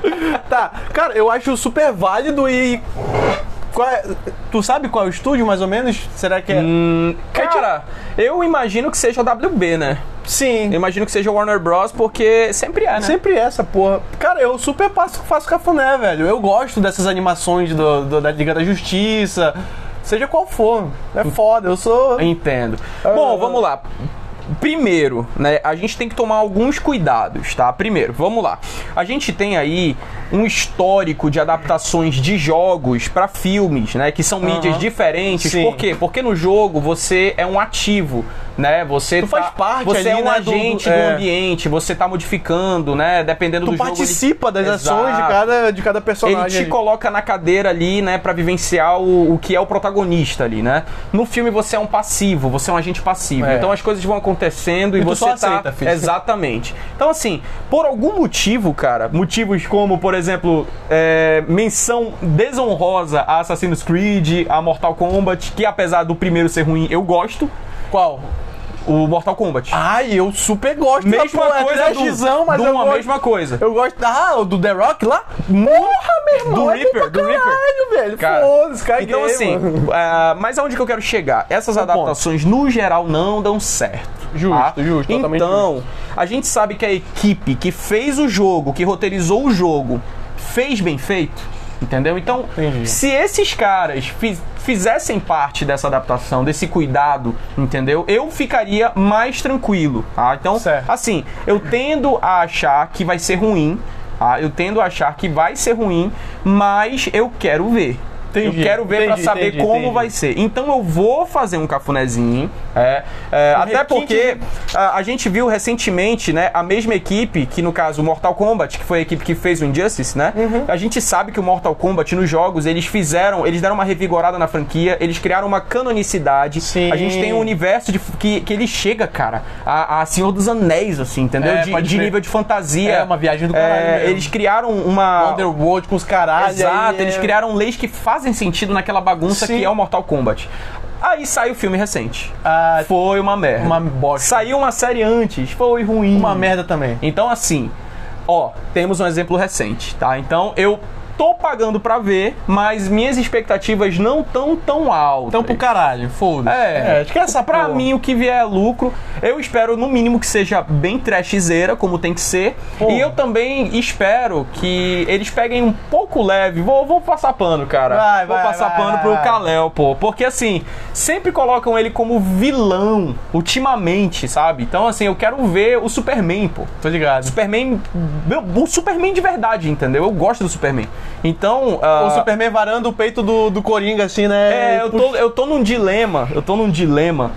[SPEAKER 2] tá, cara, eu acho super válido e. Qual é- tu sabe qual é o estúdio, mais ou menos? Será que é.
[SPEAKER 3] Hum, Cara, eu imagino que seja a WB, né?
[SPEAKER 2] Sim.
[SPEAKER 3] Eu imagino que seja Warner Bros, porque sempre é, né?
[SPEAKER 2] Sempre essa porra. Cara, eu super passo, faço cafuné, velho. Eu gosto dessas animações do, do- da Liga da Justiça, seja qual for. É foda, eu sou.
[SPEAKER 3] Entendo.
[SPEAKER 2] Ah.
[SPEAKER 3] Bom, vamos lá. Primeiro, né, a gente tem que tomar alguns cuidados, tá? Primeiro, vamos lá. A gente tem aí um histórico de adaptações de jogos pra filmes, né, que são mídias diferentes.
[SPEAKER 2] Sim.
[SPEAKER 3] Por quê? Porque no jogo você é um ativo, né? Você
[SPEAKER 2] Tu faz parte
[SPEAKER 3] você
[SPEAKER 2] ali,
[SPEAKER 3] é um
[SPEAKER 2] né, do- do-
[SPEAKER 3] agente do,
[SPEAKER 2] é.
[SPEAKER 3] ambiente, você tá modificando, né, dependendo
[SPEAKER 2] Tu
[SPEAKER 3] do jogo. ele-
[SPEAKER 2] participa das
[SPEAKER 3] Exato.
[SPEAKER 2] ações de cada, de cada personagem.
[SPEAKER 3] Ele te
[SPEAKER 2] ali.
[SPEAKER 3] coloca na cadeira ali, né, pra vivenciar o, o que é o protagonista ali, né? No filme você é um passivo, você é um agente passivo.
[SPEAKER 2] É.
[SPEAKER 3] Então as coisas vão acontecendo e,
[SPEAKER 2] tu
[SPEAKER 3] você
[SPEAKER 2] só
[SPEAKER 3] tá
[SPEAKER 2] aceita, filho.
[SPEAKER 3] exatamente. Então assim, por algum motivo, cara, motivos como, por exemplo, é, menção desonrosa a Assassin's Creed, a Mortal Kombat, que apesar do primeiro ser ruim, eu gosto,
[SPEAKER 2] Qual?
[SPEAKER 3] o Mortal Kombat.
[SPEAKER 2] Ai, eu super gosto da
[SPEAKER 3] mesma
[SPEAKER 2] porra, é
[SPEAKER 3] coisa do,
[SPEAKER 2] trashzão, mas
[SPEAKER 3] do
[SPEAKER 2] eu
[SPEAKER 3] uma
[SPEAKER 2] gosto.
[SPEAKER 3] mesma coisa.
[SPEAKER 2] Eu gosto. Ah, o do The Rock lá? Porra, meu irmão!
[SPEAKER 3] Do
[SPEAKER 2] é bom
[SPEAKER 3] Reaper,
[SPEAKER 2] pra
[SPEAKER 3] do Reaper.
[SPEAKER 2] caralho, velho.
[SPEAKER 3] Cara,
[SPEAKER 2] Foda-se, caguei,
[SPEAKER 3] Então, assim,
[SPEAKER 2] mano.
[SPEAKER 3] ah, mas aonde que eu quero chegar?
[SPEAKER 2] Um
[SPEAKER 3] Essas adaptações, no geral, não dão certo. tá?
[SPEAKER 2] Justo, justo, totalmente
[SPEAKER 3] Então, a gente sabe que a equipe que fez o jogo, que roteirizou o jogo, fez bem feito. Entendeu? Então,
[SPEAKER 2] Entendi.
[SPEAKER 3] se esses caras fi- fizessem parte dessa adaptação, desse cuidado, entendeu? Eu ficaria mais tranquilo. Tá? Então,
[SPEAKER 2] Certo.
[SPEAKER 3] assim, eu tendo a achar que vai ser ruim. Tá? Eu tendo a achar que vai ser ruim, mas eu quero ver.
[SPEAKER 2] Entendi,
[SPEAKER 3] eu quero ver pra
[SPEAKER 2] entendi,
[SPEAKER 3] saber
[SPEAKER 2] entendi,
[SPEAKER 3] como
[SPEAKER 2] entendi.
[SPEAKER 3] vai ser. Então eu vou fazer um cafunézinho. é, é, até
[SPEAKER 2] Um requinte
[SPEAKER 3] porque a, a gente viu recentemente, né, a mesma equipe, que no caso o Mortal Kombat, que foi a equipe que fez o Injustice, né?
[SPEAKER 2] Uhum.
[SPEAKER 3] A gente sabe que o Mortal Kombat nos jogos, eles fizeram, eles deram uma revigorada na franquia, eles criaram uma canonicidade.
[SPEAKER 2] Sim.
[SPEAKER 3] A gente tem um universo de, que, que ele chega, cara, a, a Senhor dos Anéis, assim, entendeu?
[SPEAKER 2] É,
[SPEAKER 3] de
[SPEAKER 2] pode
[SPEAKER 3] de
[SPEAKER 2] crer.
[SPEAKER 3] nível de fantasia.
[SPEAKER 2] É, uma viagem do
[SPEAKER 3] É,
[SPEAKER 2] caralho mesmo.
[SPEAKER 3] Eles criaram uma...
[SPEAKER 2] Underworld com os caralhos.
[SPEAKER 3] Exato, eles criaram leis que fazem sentido naquela bagunça
[SPEAKER 2] Sim.
[SPEAKER 3] que é o Mortal Kombat. Aí sai o filme recente.
[SPEAKER 2] Ah,
[SPEAKER 3] Foi uma merda.
[SPEAKER 2] uma bosta.
[SPEAKER 3] Saiu uma série antes, foi ruim.
[SPEAKER 2] uma merda também.
[SPEAKER 3] Então, assim, ó, temos um exemplo recente, tá? Então, eu tô pagando pra ver, mas minhas expectativas não tão tão altas.
[SPEAKER 2] Então pro caralho, foda-se.
[SPEAKER 3] É,
[SPEAKER 2] esquece essa
[SPEAKER 3] Pra
[SPEAKER 2] porra.
[SPEAKER 3] mim, o que vier é lucro. Eu espero, no mínimo, que seja bem trashzeira, como tem que ser.
[SPEAKER 2] Porra.
[SPEAKER 3] E eu também espero que eles peguem um pouco leve. Vou, vou passar pano, cara.
[SPEAKER 2] Vai,
[SPEAKER 3] vou
[SPEAKER 2] vai,
[SPEAKER 3] passar
[SPEAKER 2] vai,
[SPEAKER 3] pano
[SPEAKER 2] vai,
[SPEAKER 3] pro
[SPEAKER 2] vai.
[SPEAKER 3] Kalel, pô. Porque, assim, sempre colocam ele como vilão, ultimamente, sabe? Então, assim, eu quero ver o Superman, pô.
[SPEAKER 2] Tô ligado.
[SPEAKER 3] Superman... Meu, o Superman de verdade, entendeu? Eu gosto do Superman. Então... ah,
[SPEAKER 2] O Superman varando o peito do, do Coringa, assim, né?
[SPEAKER 3] é, eu tô, eu tô num dilema, eu tô num dilema,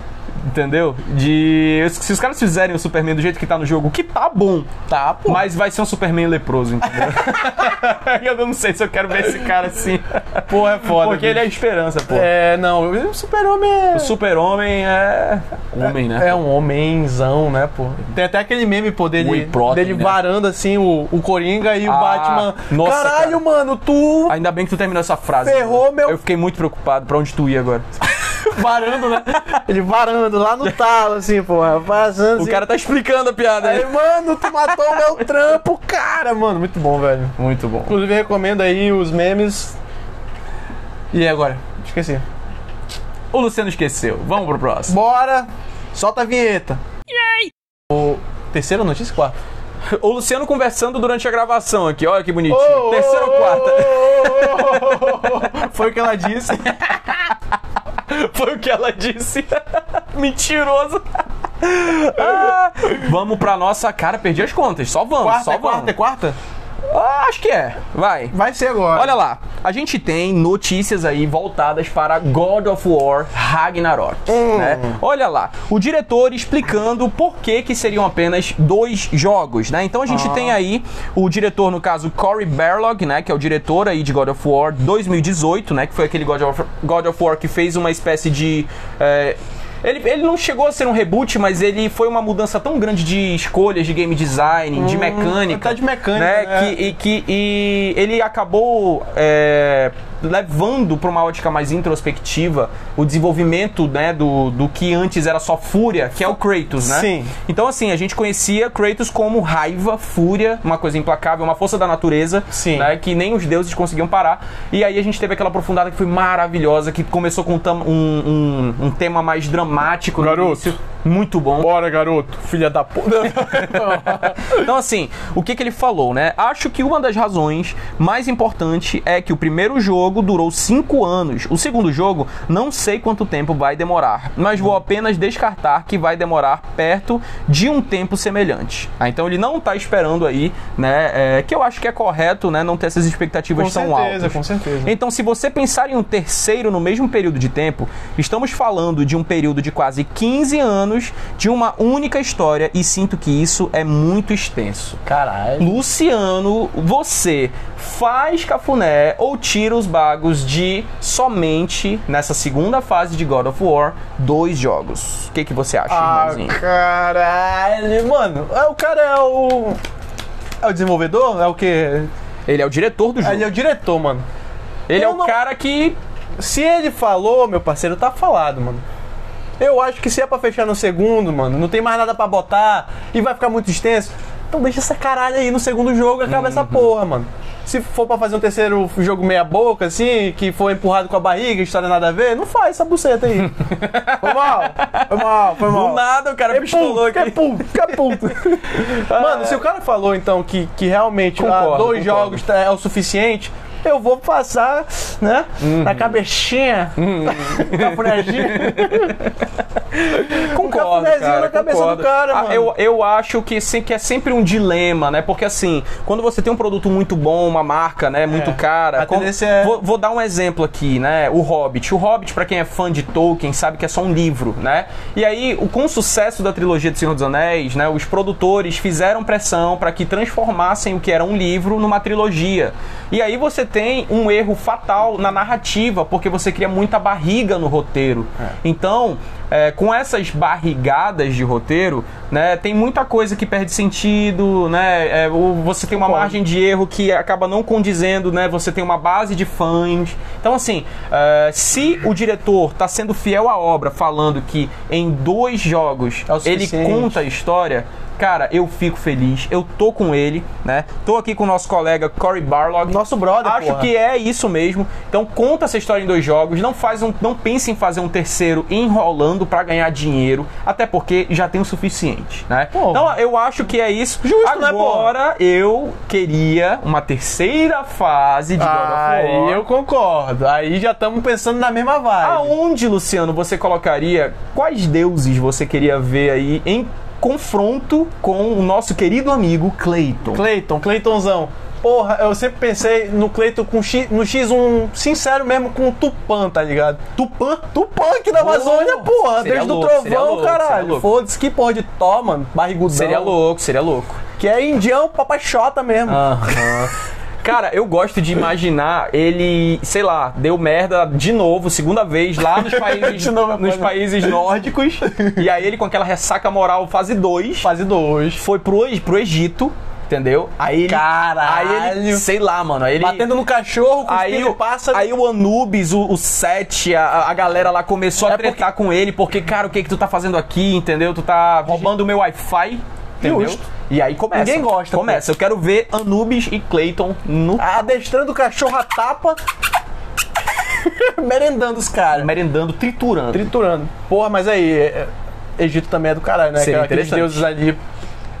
[SPEAKER 3] entendeu? De. Se os caras fizerem o Superman do jeito que tá no jogo, que tá bom,
[SPEAKER 2] Tá, pô.
[SPEAKER 3] mas vai ser um Superman leproso, entendeu? eu não sei se eu quero ver esse cara assim.
[SPEAKER 2] Porra, é foda.
[SPEAKER 3] Porque ele é a esperança, pô.
[SPEAKER 2] É, não, o Super-Homem é.
[SPEAKER 3] O Super-Homem é. Homem, né?
[SPEAKER 2] É um homenzão, né, pô? Tem até aquele meme, pô, dele,
[SPEAKER 3] Whey protein,
[SPEAKER 2] dele
[SPEAKER 3] né?
[SPEAKER 2] varando assim o, o Coringa e o
[SPEAKER 3] Ah,
[SPEAKER 2] Batman.
[SPEAKER 3] nossa,
[SPEAKER 2] Caralho,
[SPEAKER 3] cara.
[SPEAKER 2] mano, tu
[SPEAKER 3] Ainda bem que tu terminou essa frase.
[SPEAKER 2] Ferrou,
[SPEAKER 3] mano.
[SPEAKER 2] meu-
[SPEAKER 3] Eu fiquei muito preocupado pra onde tu ia agora.
[SPEAKER 2] varando, né? Ele varando lá no talo, assim, pô, vazando.
[SPEAKER 3] O
[SPEAKER 2] assim.
[SPEAKER 3] cara tá explicando a piada
[SPEAKER 2] Aí,
[SPEAKER 3] aí.
[SPEAKER 2] mano, tu matou o meu trampo, cara, mano. Muito bom, velho.
[SPEAKER 3] Muito bom.
[SPEAKER 2] Inclusive, recomendo aí os memes. E agora? Esqueci.
[SPEAKER 3] O Luciano esqueceu. Vamos pro próximo.
[SPEAKER 2] Bora! Solta a vinheta. O terceira notícia? Quarta.
[SPEAKER 3] O Luciano conversando durante a gravação aqui, olha que bonitinho.
[SPEAKER 2] Ô, ô,
[SPEAKER 3] Terceira ou quarta?
[SPEAKER 2] ô, ô, ô, ô, ô. Foi o que ela disse.
[SPEAKER 3] Foi o que ela disse. Mentiroso. Ah, vamos pra nossa. Cara, perdi as contas. Só vamos,
[SPEAKER 2] Quarta,
[SPEAKER 3] só
[SPEAKER 2] é quarta, é
[SPEAKER 3] vamos.
[SPEAKER 2] quarta?
[SPEAKER 3] Ah, acho que é. Vai.
[SPEAKER 2] Vai ser agora.
[SPEAKER 3] Olha lá, a gente tem notícias aí voltadas para God of War Ragnarok.
[SPEAKER 2] Hum.
[SPEAKER 3] né? Olha lá, o diretor explicando por que, que seriam apenas dois jogos, né? Então a
[SPEAKER 2] Ah.
[SPEAKER 3] gente tem aí o diretor, no caso, Cory Barlog, né? Que é o diretor aí de God of War 2018, né? Que foi aquele God of, God of War que fez uma espécie de. é, ele, ele não chegou a ser um reboot, mas ele foi uma mudança tão grande de escolhas, de game design, de mecânica.
[SPEAKER 2] Hum, até de mecânica, né?
[SPEAKER 3] Que, e que e ele acabou é, levando para uma ótica mais introspectiva o desenvolvimento né, do, do que antes era só fúria, que é o Kratos, né?
[SPEAKER 2] Sim.
[SPEAKER 3] Então, assim, a gente conhecia Kratos como raiva, fúria, uma coisa implacável, uma força da natureza,
[SPEAKER 2] Sim.
[SPEAKER 3] né, que nem os deuses conseguiam parar. E aí a gente teve aquela aprofundada que foi maravilhosa, que começou com um tam- um, um- um tema mais dramático no
[SPEAKER 2] Garoto.
[SPEAKER 3] início. Muito bom.
[SPEAKER 2] Bora, garoto. Filha da puta.
[SPEAKER 3] Então, assim, o que, que ele falou, né? Acho que uma das razões mais importante é que o primeiro jogo durou 5 anos. O segundo jogo, não sei quanto tempo vai demorar, mas vou apenas descartar que vai demorar perto de um tempo semelhante. Ah, então ele não tá esperando aí, né? é, que eu acho que é correto, né? Não ter essas expectativas
[SPEAKER 2] Com
[SPEAKER 3] tão
[SPEAKER 2] certeza,
[SPEAKER 3] altas.
[SPEAKER 2] com certeza.
[SPEAKER 3] Então, se você pensar em um terceiro no mesmo período de tempo, estamos falando de um período de quase 15 anos de uma única história e sinto que isso é muito extenso.
[SPEAKER 2] Caralho.
[SPEAKER 3] Luciano, você faz cafuné ou tira os bagos de somente nessa segunda fase de God of War dois jogos? O que, que você acha,
[SPEAKER 2] Ah,
[SPEAKER 3] irmãozinho?
[SPEAKER 2] caralho. Mano, é, o cara é o... É o desenvolvedor? É o quê?
[SPEAKER 3] Ele é o diretor do jogo.
[SPEAKER 2] Ele é o diretor, mano.
[SPEAKER 3] Ele é
[SPEAKER 2] eu
[SPEAKER 3] o
[SPEAKER 2] não-
[SPEAKER 3] cara que
[SPEAKER 2] Se ele falou, meu parceiro, tá falado, mano. Eu acho que se é pra fechar no segundo, mano, não tem mais nada pra botar e vai ficar muito extenso, então deixa essa caralho aí no segundo jogo e acaba
[SPEAKER 3] Uhum.
[SPEAKER 2] essa porra, mano. Se for pra fazer um terceiro jogo meia boca, assim, que foi empurrado com a barriga, história nada a ver, não faz essa buceta aí. foi mal, foi mal, foi mal.
[SPEAKER 3] do nada o cara
[SPEAKER 2] É
[SPEAKER 3] pistolou
[SPEAKER 2] puto,
[SPEAKER 3] aqui. Ah.
[SPEAKER 2] é puto, fica puto. Mano, se o cara falou então que, que realmente ah,
[SPEAKER 3] Concordo, concordo.
[SPEAKER 2] dois jogos tá- é o suficiente, eu vou passar, né,
[SPEAKER 3] Uhum.
[SPEAKER 2] na cabecinha, na furadinha.
[SPEAKER 3] Concordo,
[SPEAKER 2] cafunézinho
[SPEAKER 3] cara,
[SPEAKER 2] Um na cabeça do
[SPEAKER 3] concordo. Ah,
[SPEAKER 2] cara, mano.
[SPEAKER 3] Eu, eu acho que, se- que é sempre um dilema, né? Porque assim, quando você tem um produto muito bom, uma marca, né, muito
[SPEAKER 2] É.
[SPEAKER 3] cara...
[SPEAKER 2] A tendência é-
[SPEAKER 3] Vou, vou dar um exemplo aqui, né? O Hobbit. O Hobbit, pra quem é fã de Tolkien, sabe que é só um livro, né? E aí, o- com o sucesso da trilogia do Senhor dos Anéis, né? Os produtores fizeram pressão pra que transformassem o que era um livro numa trilogia. E aí você tem um erro fatal na narrativa, porque você cria muita barriga no roteiro. Então, é, com essas barrigadas de roteiro, né? Tem muita coisa que perde sentido, né? É, ou você tem uma
[SPEAKER 2] Concordo.
[SPEAKER 3] margem margem de erro que acaba não condizendo, né? Você tem uma base de fãs. Então, assim, eh, se o diretor tá sendo fiel à obra, falando que em dois jogos
[SPEAKER 2] É o
[SPEAKER 3] ele
[SPEAKER 2] suficiente.
[SPEAKER 3] conta a história, cara, eu fico feliz. Eu tô com ele, né? Tô aqui com o nosso colega Cory Barlog.
[SPEAKER 2] Nosso brother,
[SPEAKER 3] Acho
[SPEAKER 2] porra.
[SPEAKER 3] que é isso mesmo. Então conta essa história em dois jogos. Não faz um, não pense em fazer um terceiro enrolando pra ganhar dinheiro, até porque já tem o suficiente, né?
[SPEAKER 2] Pô.
[SPEAKER 3] Então eu acho que é isso.
[SPEAKER 2] Justo, né, pô?
[SPEAKER 3] Agora eu queria uma terceira fase de God of War.
[SPEAKER 2] Aí eu concordo, aí já estamos pensando na mesma vibe.
[SPEAKER 3] Aonde, Luciano, você colocaria? Quais deuses você queria ver aí em confronto com o nosso querido amigo Clayton?
[SPEAKER 2] Cleiton, Cleitonzão. Porra, eu sempre pensei no Cleiton com X, no X1, sincero mesmo, com o Tupã, tá ligado? Tupã? Tupã aqui da Amazônia, porra.
[SPEAKER 3] seria
[SPEAKER 2] Desde do
[SPEAKER 3] louco, seria
[SPEAKER 2] trovão,
[SPEAKER 3] louco, seria
[SPEAKER 2] caralho.
[SPEAKER 3] louco.
[SPEAKER 2] Foda-se, que porra de Tó, mano. Barrigudão.
[SPEAKER 3] Seria louco, seria louco.
[SPEAKER 2] Que é indião, papachota mesmo.
[SPEAKER 3] Cara, eu gosto de imaginar ele, sei lá, deu merda de novo, segunda vez, lá nos países,
[SPEAKER 2] De novo, é
[SPEAKER 3] nos
[SPEAKER 2] rapaz.
[SPEAKER 3] países nórdicos. e aí ele com aquela ressaca moral fase 2,
[SPEAKER 2] Fase 2.
[SPEAKER 3] foi pro, E- pro Egito, entendeu? Aí ele.
[SPEAKER 2] Caralho.
[SPEAKER 3] Aí ele, sei lá, mano. Aí ele,
[SPEAKER 2] Batendo no cachorro, com
[SPEAKER 3] Aí o,
[SPEAKER 2] pássaro.
[SPEAKER 3] aí o Anubis, o, o Sete, a, a galera lá começou a
[SPEAKER 2] É porque-
[SPEAKER 3] tretar com ele, porque, cara, o que que tu tá fazendo aqui, entendeu? Tu tá roubando o meu Wi-Fi, entendeu?
[SPEAKER 2] Justo.
[SPEAKER 3] E aí começa.
[SPEAKER 2] Ninguém gosta, pô. Ah,
[SPEAKER 3] Começa. Eu quero ver Anubis e Clayton no
[SPEAKER 2] Adestrando o cachorro a tapa. merendando os caras.
[SPEAKER 3] merendando, triturando.
[SPEAKER 2] Triturando. Porra, mas aí, é- é- Egito também é do caralho, né?
[SPEAKER 3] Seria
[SPEAKER 2] Aqueles
[SPEAKER 3] interessante.
[SPEAKER 2] deuses ali.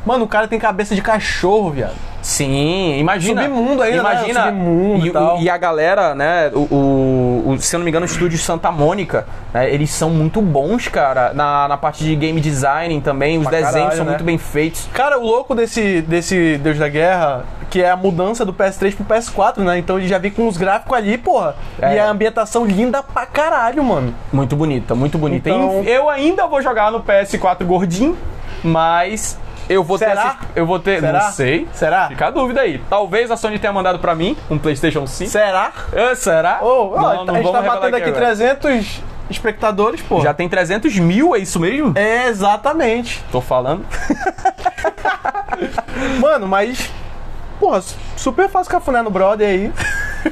[SPEAKER 2] Mano, o cara tem cabeça de cachorro, viado.
[SPEAKER 3] Sim, imagina.
[SPEAKER 2] Submundo ainda, né?
[SPEAKER 3] imagina.
[SPEAKER 2] Submundo e
[SPEAKER 3] e, o-
[SPEAKER 2] tal.
[SPEAKER 3] e a galera, né? O, o- o- se eu não me engano, o estúdio Santa Mônica, né, eles são muito bons, cara, na, na parte de game design também. Os
[SPEAKER 2] Pra
[SPEAKER 3] desenhos
[SPEAKER 2] caralho,
[SPEAKER 3] são
[SPEAKER 2] né?
[SPEAKER 3] muito bem feitos.
[SPEAKER 2] Cara, o louco desse, desse Deus da Guerra, que é a mudança do PS3 pro PS4, né? Então ele já vi com os gráficos ali, porra.
[SPEAKER 3] É.
[SPEAKER 2] E a ambientação linda pra caralho, mano.
[SPEAKER 3] Muito bonita, muito bonita.
[SPEAKER 2] Então-
[SPEAKER 3] Enfim, Eu ainda vou jogar no PS4 gordinho, mas eu vou ter
[SPEAKER 2] Será?
[SPEAKER 3] essas- Eu vou ter.
[SPEAKER 2] Será?
[SPEAKER 3] Não sei.
[SPEAKER 2] Será?
[SPEAKER 3] Fica a dúvida aí. Talvez a Sony tenha mandado pra mim um PlayStation 5.
[SPEAKER 2] Será?
[SPEAKER 3] Ah, será?
[SPEAKER 2] Ô,
[SPEAKER 3] Não,
[SPEAKER 2] ó,
[SPEAKER 3] não
[SPEAKER 2] a
[SPEAKER 3] vamos
[SPEAKER 2] gente tá
[SPEAKER 3] revelar
[SPEAKER 2] batendo aqui
[SPEAKER 3] agora.
[SPEAKER 2] 300 espectadores, pô.
[SPEAKER 3] Já tem 300 mil, é isso mesmo?
[SPEAKER 2] É, exatamente.
[SPEAKER 3] Tô falando.
[SPEAKER 2] Mano, mas. Porra, su- super fácil cafuné no brother aí.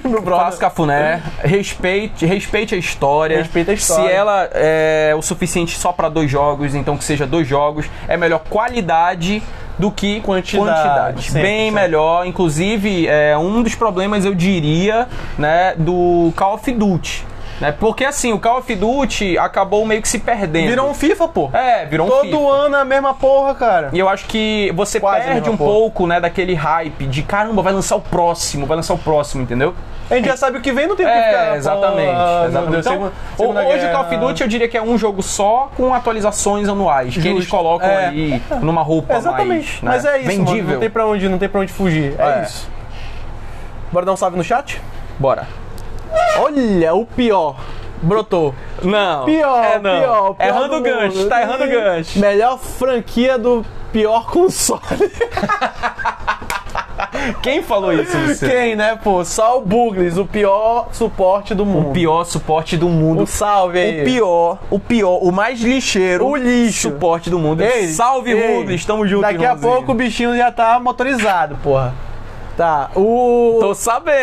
[SPEAKER 2] no brother.
[SPEAKER 3] Faça cafuné, né? respeite, respeite a história.
[SPEAKER 2] Respeita a história.
[SPEAKER 3] Se ela é o suficiente só pra dois jogos, então que seja dois jogos, é melhor qualidade do que
[SPEAKER 2] Quantidade,
[SPEAKER 3] quantidade.
[SPEAKER 2] sempre,
[SPEAKER 3] Bem
[SPEAKER 2] sempre.
[SPEAKER 3] melhor. Inclusive, é um dos problemas, eu diria, né, do Call of Duty. Né? Porque assim, o Call of Duty acabou meio que se perdendo.
[SPEAKER 2] Virou um FIFA, pô.
[SPEAKER 3] É, virou um
[SPEAKER 2] Todo
[SPEAKER 3] FIFA.
[SPEAKER 2] ano é a mesma porra, cara.
[SPEAKER 3] E eu acho que você
[SPEAKER 2] Quase a
[SPEAKER 3] perde
[SPEAKER 2] mesma
[SPEAKER 3] um
[SPEAKER 2] porra.
[SPEAKER 3] pouco, né, daquele hype de caramba, vai lançar o próximo, vai lançar o próximo, entendeu?
[SPEAKER 2] A gente já sabe o que vem, não tem o que ficar.
[SPEAKER 3] É,
[SPEAKER 2] pô,
[SPEAKER 3] exatamente.
[SPEAKER 2] ah, meu
[SPEAKER 3] exatamente.
[SPEAKER 2] Deus,
[SPEAKER 3] Então,
[SPEAKER 2] segunda-
[SPEAKER 3] ho-
[SPEAKER 2] segunda
[SPEAKER 3] hoje o Call of
[SPEAKER 2] guerra.
[SPEAKER 3] Duty eu diria que é um jogo só com atualizações anuais, que eles
[SPEAKER 2] Justo.
[SPEAKER 3] colocam
[SPEAKER 2] É.
[SPEAKER 3] ali numa roupa mais
[SPEAKER 2] Exatamente.
[SPEAKER 3] né,
[SPEAKER 2] Mas é isso,
[SPEAKER 3] vendível.
[SPEAKER 2] mano. Não tem pra onde, não tem pra onde fugir. É,
[SPEAKER 3] É.
[SPEAKER 2] isso. Bora dar um salve no chat?
[SPEAKER 3] Bora.
[SPEAKER 2] Olha, o pior. Brotou.
[SPEAKER 3] Não.
[SPEAKER 2] Pior,
[SPEAKER 3] é não.
[SPEAKER 2] pior, pior.
[SPEAKER 3] Errando o
[SPEAKER 2] do
[SPEAKER 3] gancho,
[SPEAKER 2] mundo. Né?
[SPEAKER 3] tá errando o gancho.
[SPEAKER 2] Melhor franquia do pior console.
[SPEAKER 3] Quem falou isso, você?
[SPEAKER 2] Quem, né, pô? Só o Bugles, o pior suporte do mundo.
[SPEAKER 3] O pior suporte do mundo.
[SPEAKER 2] Um salve aí.
[SPEAKER 3] O pior, o pior, o mais lixeiro.
[SPEAKER 2] O lixo.
[SPEAKER 3] Suporte do mundo.
[SPEAKER 2] Ei,
[SPEAKER 3] Salve,
[SPEAKER 2] ei,
[SPEAKER 3] Rubens. Tamo junto,
[SPEAKER 2] Daqui a
[SPEAKER 3] irmãozinho.
[SPEAKER 2] pouco o bichinho já tá motorizado, porra. Tá, o.
[SPEAKER 3] Tô sabendo,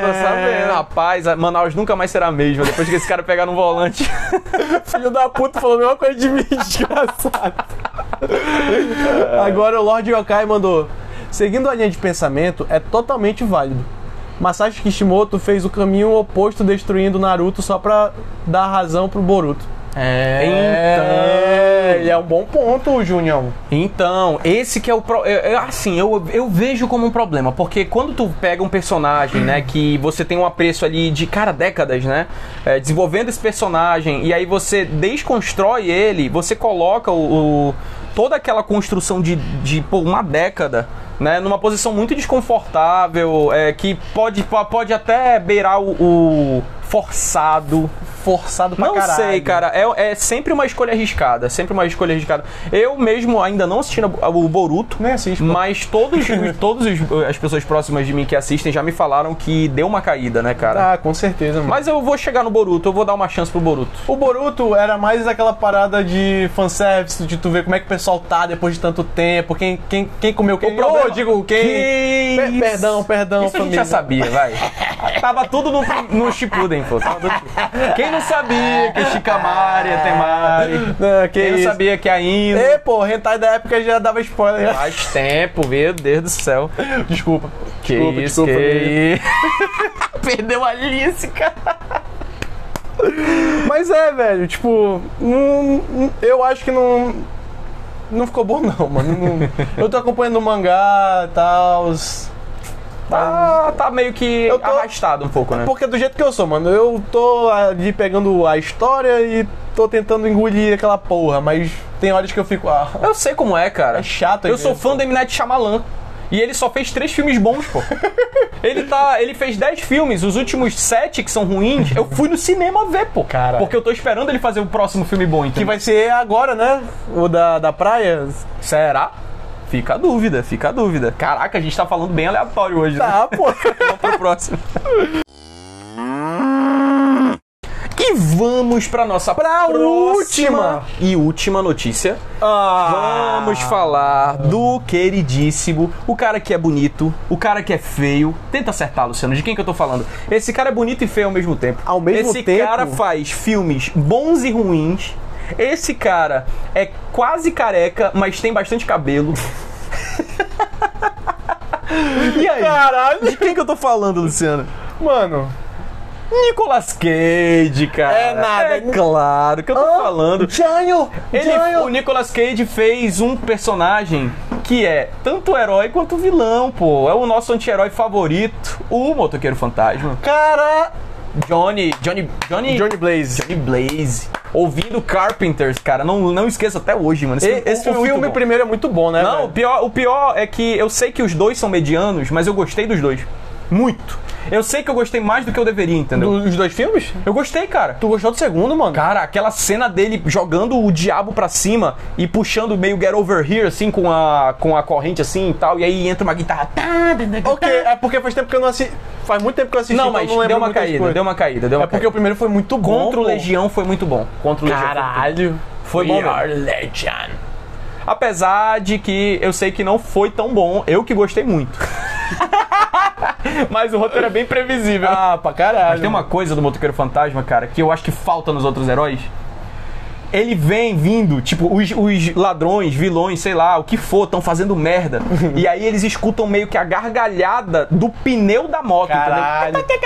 [SPEAKER 3] tô
[SPEAKER 2] É.
[SPEAKER 3] sabendo. Rapaz, a- Manaus nunca mais será a mesma. Depois que esse cara pegar no volante.
[SPEAKER 2] filho da puta falou a mesma coisa de mim, desgraçado. Agora o Lorde Yokai mandou. Seguindo a linha de pensamento, é totalmente válido. Masashi Kishimoto fez o caminho oposto destruindo Naruto só pra dar razão pro Boruto.
[SPEAKER 3] É.
[SPEAKER 2] ele é um bom ponto, Junião.
[SPEAKER 3] Então, esse que é o pro... é- é assim, eu, eu vejo como um problema, porque quando tu pega um personagem, né, que você tem um apreço ali de cara décadas, né, é, desenvolvendo esse personagem e aí você desconstrói ele, você coloca o, o- toda aquela construção de, de pô, uma década, né, numa posição muito desconfortável, é, que pode pode até beirar o, o forçado,
[SPEAKER 2] Forçado pra
[SPEAKER 3] não
[SPEAKER 2] caralho.
[SPEAKER 3] sei, cara. É, é sempre uma escolha arriscada. Sempre uma escolha arriscada. Eu mesmo ainda não assisti o Boruto.
[SPEAKER 2] Nem assisto.
[SPEAKER 3] Mas todos, todos os- as pessoas próximas de mim que assistem já me falaram que deu uma caída, né, cara?
[SPEAKER 2] Ah, com certeza, mano.
[SPEAKER 3] Mas eu vou chegar no Boruto, eu vou dar uma chance pro Boruto.
[SPEAKER 2] O Boruto era mais aquela parada de fanservice, de tu ver como é que o pessoal tá depois de tanto tempo, quem, quem, quem comeu quem.
[SPEAKER 3] O problema-
[SPEAKER 2] Ô, digo, quem.
[SPEAKER 3] é- Que
[SPEAKER 2] Per-
[SPEAKER 3] isso?
[SPEAKER 2] perdão, perdão,
[SPEAKER 3] Isso a gente já
[SPEAKER 2] família.
[SPEAKER 3] sabia, vai. Tava tudo no, no Shippuden, pô. Tava tudo- Quem não sabia que Shikamaru ia ter Mari?
[SPEAKER 2] Não, que
[SPEAKER 3] Quem não
[SPEAKER 2] isso.
[SPEAKER 3] sabia que ainda...
[SPEAKER 2] Ê, pô, Hentai da época já dava spoiler. já.
[SPEAKER 3] Faz tempo, meu Deus do céu.
[SPEAKER 2] Desculpa.
[SPEAKER 3] Que
[SPEAKER 2] desculpa,
[SPEAKER 3] isso,
[SPEAKER 2] desculpa. família.
[SPEAKER 3] que... Perdeu a Alice, cara.
[SPEAKER 2] Mas é, velho, tipo, hum, hum, eu acho que não. Não ficou bom, não, mano. Não- eu tô acompanhando o mangá e tal. os-
[SPEAKER 3] Tá, tá meio que
[SPEAKER 2] Eu tô-
[SPEAKER 3] arrastado um pouco, né?
[SPEAKER 2] Porque do jeito que eu sou, mano, eu tô ali pegando a história e tô tentando engolir aquela porra, mas tem horas que eu fico. Ah,
[SPEAKER 3] Eu sei como é, cara.
[SPEAKER 2] É chato,
[SPEAKER 3] Eu
[SPEAKER 2] às
[SPEAKER 3] sou
[SPEAKER 2] vezes,
[SPEAKER 3] fã
[SPEAKER 2] pô.
[SPEAKER 3] do M. Night Shyamalan. E ele só fez três filmes bons, pô. ele, tá, ele fez dez filmes, os últimos sete que são ruins, eu fui no cinema ver, pô.
[SPEAKER 2] Caralho.
[SPEAKER 3] Porque eu tô esperando ele fazer o próximo filme bom, então.
[SPEAKER 2] Que vai ser agora, né? O da, da praia?
[SPEAKER 3] Será? Fica a dúvida, fica a dúvida. Caraca, a gente tá falando bem aleatório hoje, né?
[SPEAKER 2] Tá, pô.
[SPEAKER 3] Vamos pro próximo. E vamos pra nossa
[SPEAKER 2] Pra
[SPEAKER 3] próxima
[SPEAKER 2] última.
[SPEAKER 3] e última notícia.
[SPEAKER 2] Ah,
[SPEAKER 3] Vamos falar do queridíssimo, o cara que é bonito, o cara que é feio. Tenta acertar, Luciano, de quem que eu tô falando? Esse cara é bonito e feio ao mesmo tempo.
[SPEAKER 2] Ao mesmo
[SPEAKER 3] Esse
[SPEAKER 2] tempo?
[SPEAKER 3] cara faz filmes bons e ruins. Esse cara é quase careca, mas tem bastante cabelo. e aí?
[SPEAKER 2] Caralho.
[SPEAKER 3] De quem que eu tô falando, Luciano?
[SPEAKER 2] Mano,
[SPEAKER 3] Nicolas Cage, cara.
[SPEAKER 2] É nada.
[SPEAKER 3] É claro que Então eu tô falando.
[SPEAKER 2] Janho!
[SPEAKER 3] Ele, o Nicolas Cage fez um personagem que é tanto herói quanto vilão, pô. É o nosso anti-herói favorito, o motoqueiro fantasma.
[SPEAKER 2] Cara,
[SPEAKER 3] Johnny, Johnny, Johnny,
[SPEAKER 2] Johnny Blaze.
[SPEAKER 3] Johnny Blaze. Ouvindo Carpenters, cara, não, não esqueço até hoje, mano. Esse,
[SPEAKER 2] E- Esse
[SPEAKER 3] é
[SPEAKER 2] filme,
[SPEAKER 3] muito bom.
[SPEAKER 2] primeiro é muito bom, né?
[SPEAKER 3] Não, o
[SPEAKER 2] velho?
[SPEAKER 3] pior, o pior é que eu sei que os dois são medianos, mas eu gostei dos dois. Muito. Eu sei que eu gostei mais do que eu deveria, entendeu?
[SPEAKER 2] Do- Os dois filmes?
[SPEAKER 3] Eu gostei, cara.
[SPEAKER 2] Tu gostou do segundo, mano?
[SPEAKER 3] Cara, aquela cena dele jogando o diabo pra cima e puxando meio get over here, assim, com a, com a corrente, assim e tal. E aí entra uma guitarra. Tá,
[SPEAKER 2] Ok, é porque faz tempo que eu não assisti. Faz muito tempo que eu assisti,
[SPEAKER 3] Não,
[SPEAKER 2] então
[SPEAKER 3] mas
[SPEAKER 2] não lembro
[SPEAKER 3] deu uma
[SPEAKER 2] muitas
[SPEAKER 3] caída,
[SPEAKER 2] coisas.
[SPEAKER 3] deu uma caída, deu uma
[SPEAKER 2] É porque
[SPEAKER 3] caída.
[SPEAKER 2] o primeiro foi muito bom.
[SPEAKER 3] Contra o
[SPEAKER 2] pô.
[SPEAKER 3] Legião foi muito bom. Contra o Legião. foi muito bom.
[SPEAKER 2] Caralho.
[SPEAKER 3] Foi bom
[SPEAKER 2] We
[SPEAKER 3] mesmo.
[SPEAKER 2] are legend.
[SPEAKER 3] Apesar de que eu sei que não foi tão bom, eu que gostei muito. Mas o roteiro é bem previsível.
[SPEAKER 2] Ah, pra caralho.
[SPEAKER 3] Mas tem uma coisa do Motoqueiro Fantasma, cara, que eu acho que falta nos outros heróis. Ele vem vindo, tipo, os, os ladrões, vilões, sei lá, o que for, estão fazendo merda. e aí eles escutam meio que a gargalhada do pneu da moto,
[SPEAKER 2] Caralho.
[SPEAKER 3] entendeu?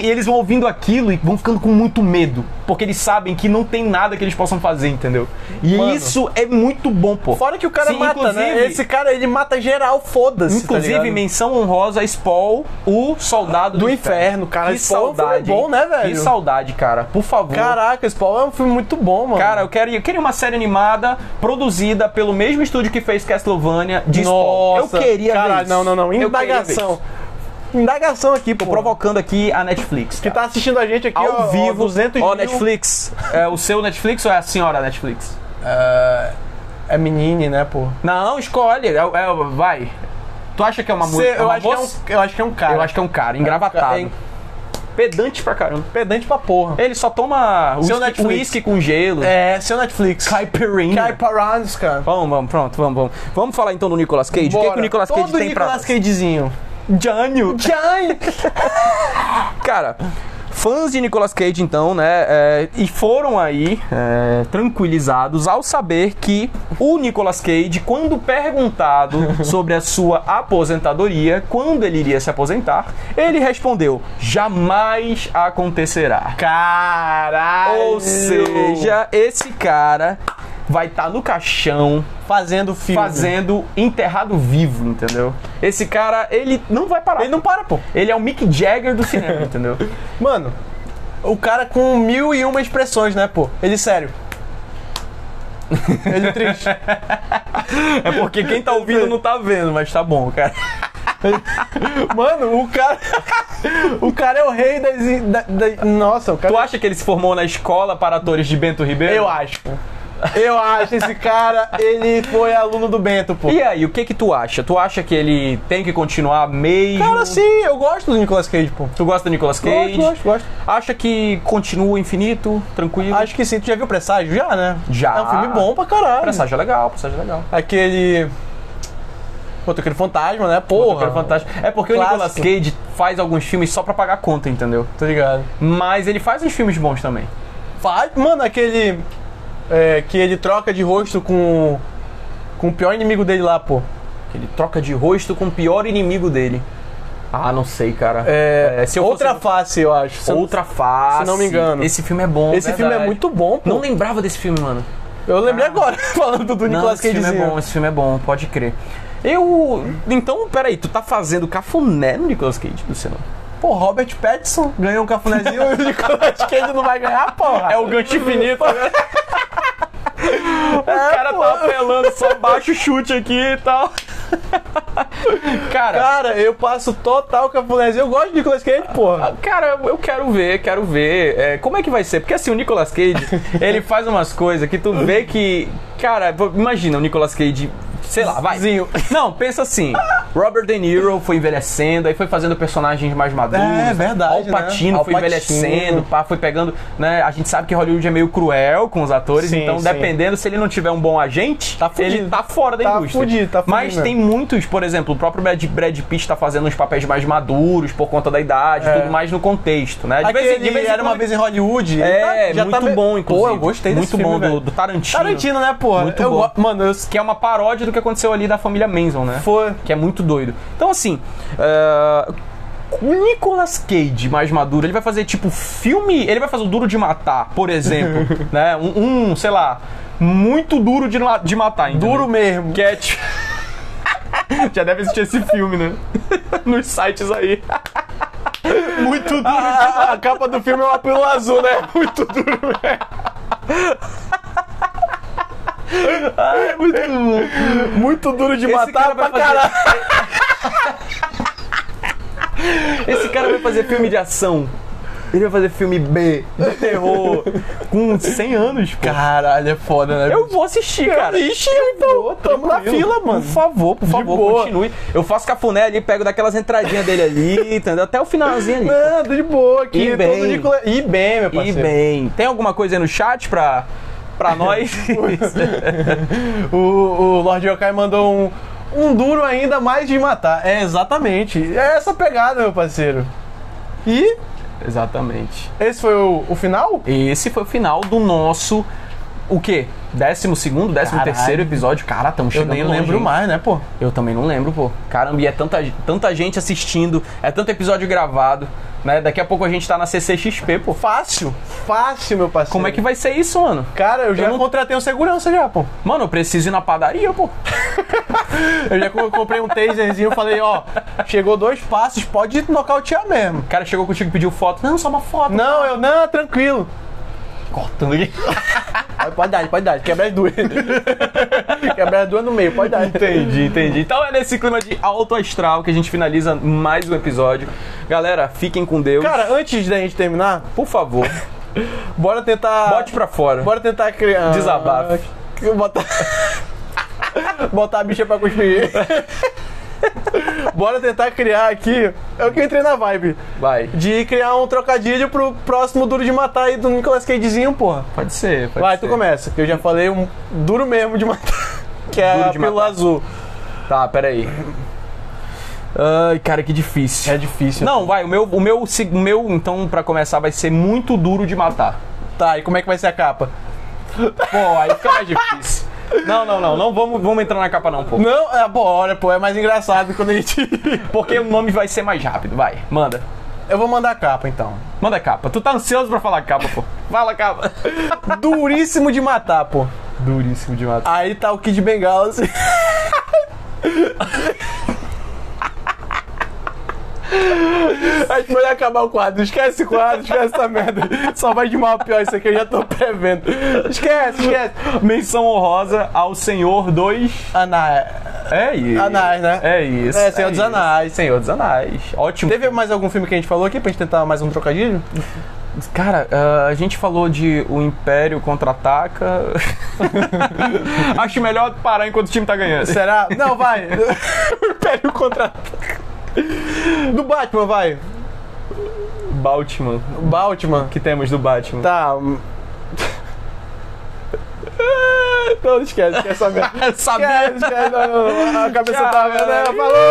[SPEAKER 3] E eles vão ouvindo aquilo e vão ficando com muito medo. Porque eles sabem que não tem nada que eles possam fazer, entendeu? E
[SPEAKER 2] Mano.
[SPEAKER 3] isso é muito bom, pô.
[SPEAKER 2] Fora que o cara
[SPEAKER 3] Sim,
[SPEAKER 2] mata, né?
[SPEAKER 3] inclusive-
[SPEAKER 2] Esse cara, ele mata geral, foda-se. tá
[SPEAKER 3] Inclusive,
[SPEAKER 2] ligado?
[SPEAKER 3] menção honrosa a Spawn, o soldado do,
[SPEAKER 2] Do inferno, cara.
[SPEAKER 3] Que
[SPEAKER 2] Spawn é um filme
[SPEAKER 3] saudade.
[SPEAKER 2] bom, né,
[SPEAKER 3] hein?
[SPEAKER 2] velho?
[SPEAKER 3] Que saudade, cara. Por favor.
[SPEAKER 2] Caraca, esse pau é um filme muito bom, mano.
[SPEAKER 3] Cara, eu queria, eu queria uma série animada produzida pelo mesmo estúdio que fez Castlevania de Spawn.
[SPEAKER 2] Nossa.
[SPEAKER 3] Eu queria
[SPEAKER 2] Caralho,
[SPEAKER 3] ver isso.
[SPEAKER 2] não, não, não.
[SPEAKER 3] Eu queria ver
[SPEAKER 2] Indagação.
[SPEAKER 3] isso.
[SPEAKER 2] Indagação aqui, pô.
[SPEAKER 3] Provocando aqui a Netflix.
[SPEAKER 2] Que
[SPEAKER 3] cara.
[SPEAKER 2] tá assistindo a gente aqui,
[SPEAKER 3] Ao
[SPEAKER 2] ó, ó,
[SPEAKER 3] vivo.
[SPEAKER 2] 200
[SPEAKER 3] ó,
[SPEAKER 2] mil.
[SPEAKER 3] Netflix. É o seu Netflix ou é a senhora Netflix?
[SPEAKER 2] É menine, né, pô?
[SPEAKER 3] Não, não, escolhe. É- é- vai. Tu acha que é uma
[SPEAKER 2] Cê-
[SPEAKER 3] mulher?
[SPEAKER 2] eu,
[SPEAKER 3] uma
[SPEAKER 2] acho que é
[SPEAKER 3] moça?
[SPEAKER 2] um, eu acho que é um cara.
[SPEAKER 3] Eu acho que é um cara, engravatado.
[SPEAKER 2] É um ca-
[SPEAKER 3] Pedante pra caramba.
[SPEAKER 2] Pedante pra porra.
[SPEAKER 3] Ele só toma
[SPEAKER 2] Seu
[SPEAKER 3] whisky,
[SPEAKER 2] Netflix.
[SPEAKER 3] whisky com gelo.
[SPEAKER 2] É, seu Netflix.
[SPEAKER 3] Caipirinha.
[SPEAKER 2] Cai Paranos, cara.
[SPEAKER 3] Vamos, vamos, pronto, vamos, vamos. Vamos falar então do Nicolas Cage. O que, que
[SPEAKER 2] Bora.
[SPEAKER 3] o Nicolas Cage
[SPEAKER 2] Todo
[SPEAKER 3] tem
[SPEAKER 2] Nicolas Cagezinho.
[SPEAKER 3] pra... Jânio.
[SPEAKER 2] Jânio.
[SPEAKER 3] Cara, fãs de Nicolas Cage então, né, é, e foram aí é, tranquilizados ao saber que o Nicolas Cage, quando perguntado sobre a sua aposentadoria, quando ele iria se aposentar, ele respondeu, jamais acontecerá.
[SPEAKER 2] Caralho.
[SPEAKER 3] Ou seja, esse cara vai estar no caixão
[SPEAKER 2] fazendo filme.
[SPEAKER 3] fazendo enterrado vivo, entendeu? Esse cara, ele não vai parar.
[SPEAKER 2] Ele não para, pô.
[SPEAKER 3] Ele é o Mick Jagger do cinema, entendeu?
[SPEAKER 2] Mano, o cara com mil e uma expressões, né, pô? Ele sério. Ele triste.
[SPEAKER 3] É porque quem tá ouvindo não tá vendo, mas tá bom, cara.
[SPEAKER 2] Mano, o cara. O cara é o rei das. da- da- nossa, o cara. é
[SPEAKER 3] Tu acha que ele se formou na escola para atores de Bento Ribeiro?
[SPEAKER 2] Eu acho. pô. Eu acho esse cara, ele foi aluno do Bento, pô.
[SPEAKER 3] E aí, o que que tu acha? Tu acha que ele tem que continuar mesmo?
[SPEAKER 2] Cara, sim, eu gosto do Nicolas Cage, pô.
[SPEAKER 3] Tu gosta do Nicolas Cage?
[SPEAKER 2] Gosto, gosto, gosto.
[SPEAKER 3] Acha que continua infinito, tranquilo?
[SPEAKER 2] Acho que sim. Tu já viu Presságio? Já, né?
[SPEAKER 3] Já.
[SPEAKER 2] É um filme bom pra caralho.
[SPEAKER 3] Presságio é legal, presságio é legal.
[SPEAKER 2] Aquele. Pô, aquele fantasma, né? Porra.
[SPEAKER 3] Roteiro fantástico. É porque
[SPEAKER 2] Clássico.
[SPEAKER 3] o Nicolas Cage faz alguns filmes só pra pagar conta, entendeu?
[SPEAKER 2] Tô Tá ligado.
[SPEAKER 3] Mas ele faz uns filmes bons também.
[SPEAKER 2] Faz, mano, aquele. é, que ele troca de rosto com. Com o pior inimigo dele lá, pô.
[SPEAKER 3] Ele troca de rosto com o pior inimigo dele. Ah, não sei, cara.
[SPEAKER 2] É.
[SPEAKER 3] É, se eu
[SPEAKER 2] outra
[SPEAKER 3] fosse-
[SPEAKER 2] face, eu acho. Se eu-
[SPEAKER 3] Outra face.
[SPEAKER 2] se não me engano.
[SPEAKER 3] Esse filme é bom,
[SPEAKER 2] Esse
[SPEAKER 3] verdade.
[SPEAKER 2] filme é muito bom, pô.
[SPEAKER 3] Não lembrava desse filme, mano.
[SPEAKER 2] Eu lembrei agora, falando do
[SPEAKER 3] Ah. Não,
[SPEAKER 2] Nicolas
[SPEAKER 3] esse
[SPEAKER 2] Cage.
[SPEAKER 3] filme é bom, esse filme é bom, pode crer. Eu. Então, peraí, tu tá fazendo cafuné no Nicolas Cage do cinema?
[SPEAKER 2] Pô, Robert Pattinson ganhou um cafunézinho e o Nicolas Cage não vai ganhar, porra.
[SPEAKER 3] É o gancho infinito, né?
[SPEAKER 2] É,
[SPEAKER 3] O cara tá apelando, só baixa o chute aqui e tal. Cara,
[SPEAKER 2] Cara, eu passo total cafunézinho. Eu gosto de Nicolas Cage,
[SPEAKER 3] Ah,
[SPEAKER 2] porra.
[SPEAKER 3] Cara, eu quero ver, quero ver. É, como é que vai ser? Porque assim, o Nicolas Cage, ele faz umas coisas que tu vê que. Cara, pô, imagina o Nicolas Cage. Sei lá, vai.
[SPEAKER 2] Zinho.
[SPEAKER 3] Não, pensa assim. Robert De Niro foi envelhecendo, aí foi fazendo personagens mais maduros.
[SPEAKER 2] É, verdade,
[SPEAKER 3] Al Pacino
[SPEAKER 2] né? Al
[SPEAKER 3] foi
[SPEAKER 2] Pacino.
[SPEAKER 3] envelhecendo, pá, foi pegando. Né? A gente sabe que Hollywood é meio cruel com os atores,
[SPEAKER 2] Sim,
[SPEAKER 3] então
[SPEAKER 2] sim.
[SPEAKER 3] dependendo se ele não tiver um bom agente,
[SPEAKER 2] Tá fudido.
[SPEAKER 3] ele tá fora da
[SPEAKER 2] Tá
[SPEAKER 3] indústria.
[SPEAKER 2] fudido, tá fudido
[SPEAKER 3] Mas
[SPEAKER 2] mesmo.
[SPEAKER 3] tem muitos, por exemplo, o próprio Brad, Brad Pitt tá fazendo uns papéis mais maduros por conta da idade,
[SPEAKER 2] É.
[SPEAKER 3] tudo mais no contexto, né?
[SPEAKER 2] Aquele era uma
[SPEAKER 3] quando-
[SPEAKER 2] vez em Hollywood. ele
[SPEAKER 3] É,
[SPEAKER 2] tá- já
[SPEAKER 3] muito
[SPEAKER 2] tá me-
[SPEAKER 3] bom, inclusive.
[SPEAKER 2] Pô, eu gostei desse
[SPEAKER 3] Muito
[SPEAKER 2] filme,
[SPEAKER 3] bom do,
[SPEAKER 2] velho.
[SPEAKER 3] do Tarantino.
[SPEAKER 2] Tarantino, né, porra?
[SPEAKER 3] Muito
[SPEAKER 2] eu
[SPEAKER 3] bom.
[SPEAKER 2] go- Mano, eu...
[SPEAKER 3] Que é uma paródia do que aconteceu ali da família Manson, né?
[SPEAKER 2] Foi.
[SPEAKER 3] Que é muito doido. Então, assim. é, O Nicolas Cage mais maduro, ele vai fazer tipo filme. Ele vai fazer o Duro de Matar, por exemplo. né? Um, um, sei lá, muito duro de, ma- de matar, entendeu?
[SPEAKER 2] Duro mesmo.
[SPEAKER 3] Que é tipo.
[SPEAKER 2] Já deve existir esse filme, né? Nos sites aí.
[SPEAKER 3] Muito duro.
[SPEAKER 2] A, a capa do filme é uma pílula azul, né? Muito duro, velho.
[SPEAKER 3] É muito bom.
[SPEAKER 2] Muito duro de
[SPEAKER 3] Esse
[SPEAKER 2] matar
[SPEAKER 3] cara
[SPEAKER 2] pra
[SPEAKER 3] vai
[SPEAKER 2] caralho.
[SPEAKER 3] Esse cara vai fazer filme de ação. Ele vai fazer filme B, de terror, com 100 anos, pô.
[SPEAKER 2] Caralho, é foda, né?
[SPEAKER 3] Eu vou assistir, cara.
[SPEAKER 2] Ixi, então, tamo na fila, mano.
[SPEAKER 3] Por favor, por
[SPEAKER 2] De
[SPEAKER 3] favor,
[SPEAKER 2] boa.
[SPEAKER 3] continue. Eu faço cafuné ali, pego daquelas entradinhas dele ali, entendeu? Até o finalzinho ali.
[SPEAKER 2] Não, tô de boa aqui.
[SPEAKER 3] E
[SPEAKER 2] todo
[SPEAKER 3] bem.
[SPEAKER 2] Nicolas- E bem, meu
[SPEAKER 3] E
[SPEAKER 2] parceiro.
[SPEAKER 3] bem, tem alguma coisa aí no chat pra, pra nós?
[SPEAKER 2] O, o Lord Yokai mandou um, um duro ainda mais de matar. É exatamente. É essa pegada, meu parceiro. E
[SPEAKER 3] Exatamente.
[SPEAKER 2] esse foi o, o final?
[SPEAKER 3] Esse foi o final do nosso. O quê? Décimo segundo, décimo
[SPEAKER 2] Caralho.
[SPEAKER 3] terceiro episódio. Cara, estamos
[SPEAKER 2] Eu
[SPEAKER 3] chegando
[SPEAKER 2] nem
[SPEAKER 3] longe,
[SPEAKER 2] lembro
[SPEAKER 3] hein?
[SPEAKER 2] mais, né, pô?
[SPEAKER 3] Eu também não lembro, pô. Caramba, e é tanta, tanta gente assistindo, é tanto episódio gravado, né? Daqui a pouco a gente tá na CCXP, pô.
[SPEAKER 2] Fácil, fácil, meu parceiro.
[SPEAKER 3] Como é que vai ser isso, mano?
[SPEAKER 2] Cara, eu já
[SPEAKER 3] não-
[SPEAKER 2] contratei um segurança já, pô.
[SPEAKER 3] Mano, eu preciso ir na padaria, pô.
[SPEAKER 2] Eu já co- comprei um taserzinho e falei, ó, chegou dois passos, pode nocautear mesmo.
[SPEAKER 3] O cara chegou contigo e pediu foto. Não, só uma foto.
[SPEAKER 2] Não, eu não, tranquilo.
[SPEAKER 3] Cortando aqui.
[SPEAKER 2] Pode dar, pode dar, quebra as duas. quebra as duas no meio, pode dar.
[SPEAKER 3] Entendi, entendi. Então é nesse clima de alto astral que a gente finaliza mais um episódio. Galera, fiquem com Deus.
[SPEAKER 2] Cara, antes da gente terminar,
[SPEAKER 3] por favor,
[SPEAKER 2] bora tentar.
[SPEAKER 3] bote pra fora.
[SPEAKER 2] Bora tentar criar.
[SPEAKER 3] Desabafo.
[SPEAKER 2] Ah, Botar. Botar a bicha pra cuspir. Bora tentar criar aqui. É o que eu entrei na vibe.
[SPEAKER 3] Vai.
[SPEAKER 2] De criar um trocadilho pro próximo Duro de Matar aí do Nicolas Cagezinho, porra.
[SPEAKER 3] Pode ser, pode
[SPEAKER 2] Vai,
[SPEAKER 3] ser.
[SPEAKER 2] tu começa, que eu já falei um duro mesmo de matar. Que é
[SPEAKER 3] Duro
[SPEAKER 2] a
[SPEAKER 3] de
[SPEAKER 2] pílula
[SPEAKER 3] matar.
[SPEAKER 2] azul.
[SPEAKER 3] Tá, peraí. Ai, cara, que difícil.
[SPEAKER 2] É difícil.
[SPEAKER 3] Não, vai, o meu, o meu, se- o meu então, pra começar, vai ser muito duro de matar.
[SPEAKER 2] Tá, e como é que vai ser a capa?
[SPEAKER 3] Pô, aí fica mais difícil. Não, não, não, não vamos, vamos entrar na capa não, pô.
[SPEAKER 2] Não, é, bora, pô, é mais engraçado quando a gente.
[SPEAKER 3] Porque o nome vai ser mais rápido, vai. Manda.
[SPEAKER 2] eu vou mandar a capa então.
[SPEAKER 3] Manda capa. Tu tá ansioso pra falar capa, pô. Fala capa.
[SPEAKER 2] Duríssimo de matar, pô.
[SPEAKER 3] Duríssimo de matar.
[SPEAKER 2] Aí tá o Kid Bengala assim. A gente vai acabar o quadro. Esquece o quadro, esquece essa merda. Só vai de mal a pior isso aqui, eu já tô prevendo. Esquece, esquece.
[SPEAKER 3] Menção honrosa ao senhor dos...
[SPEAKER 2] Anais.
[SPEAKER 3] É isso.
[SPEAKER 2] Anais, né?
[SPEAKER 3] É isso.
[SPEAKER 2] É, Senhor dos
[SPEAKER 3] isso.
[SPEAKER 2] Anais.
[SPEAKER 3] Senhor dos Anais. Ótimo.
[SPEAKER 2] Teve mais algum filme que a gente falou aqui pra gente tentar mais um trocadilho?
[SPEAKER 3] Cara, ah, a gente falou de o Império contra-ataca. Acho melhor parar enquanto o time tá ganhando.
[SPEAKER 2] Será? Não, vai. Império contra. Do Batman, vai.
[SPEAKER 3] Batman.
[SPEAKER 2] O Batman.
[SPEAKER 3] que temos do Batman?
[SPEAKER 2] Tá. hum. Não, esquece, esquece essa merda.
[SPEAKER 3] Sabia.
[SPEAKER 2] Esquece, esquece, não, não, não. é, A cabeça
[SPEAKER 3] Tchau,
[SPEAKER 2] tá vendo, né?
[SPEAKER 3] galera.
[SPEAKER 2] Falou!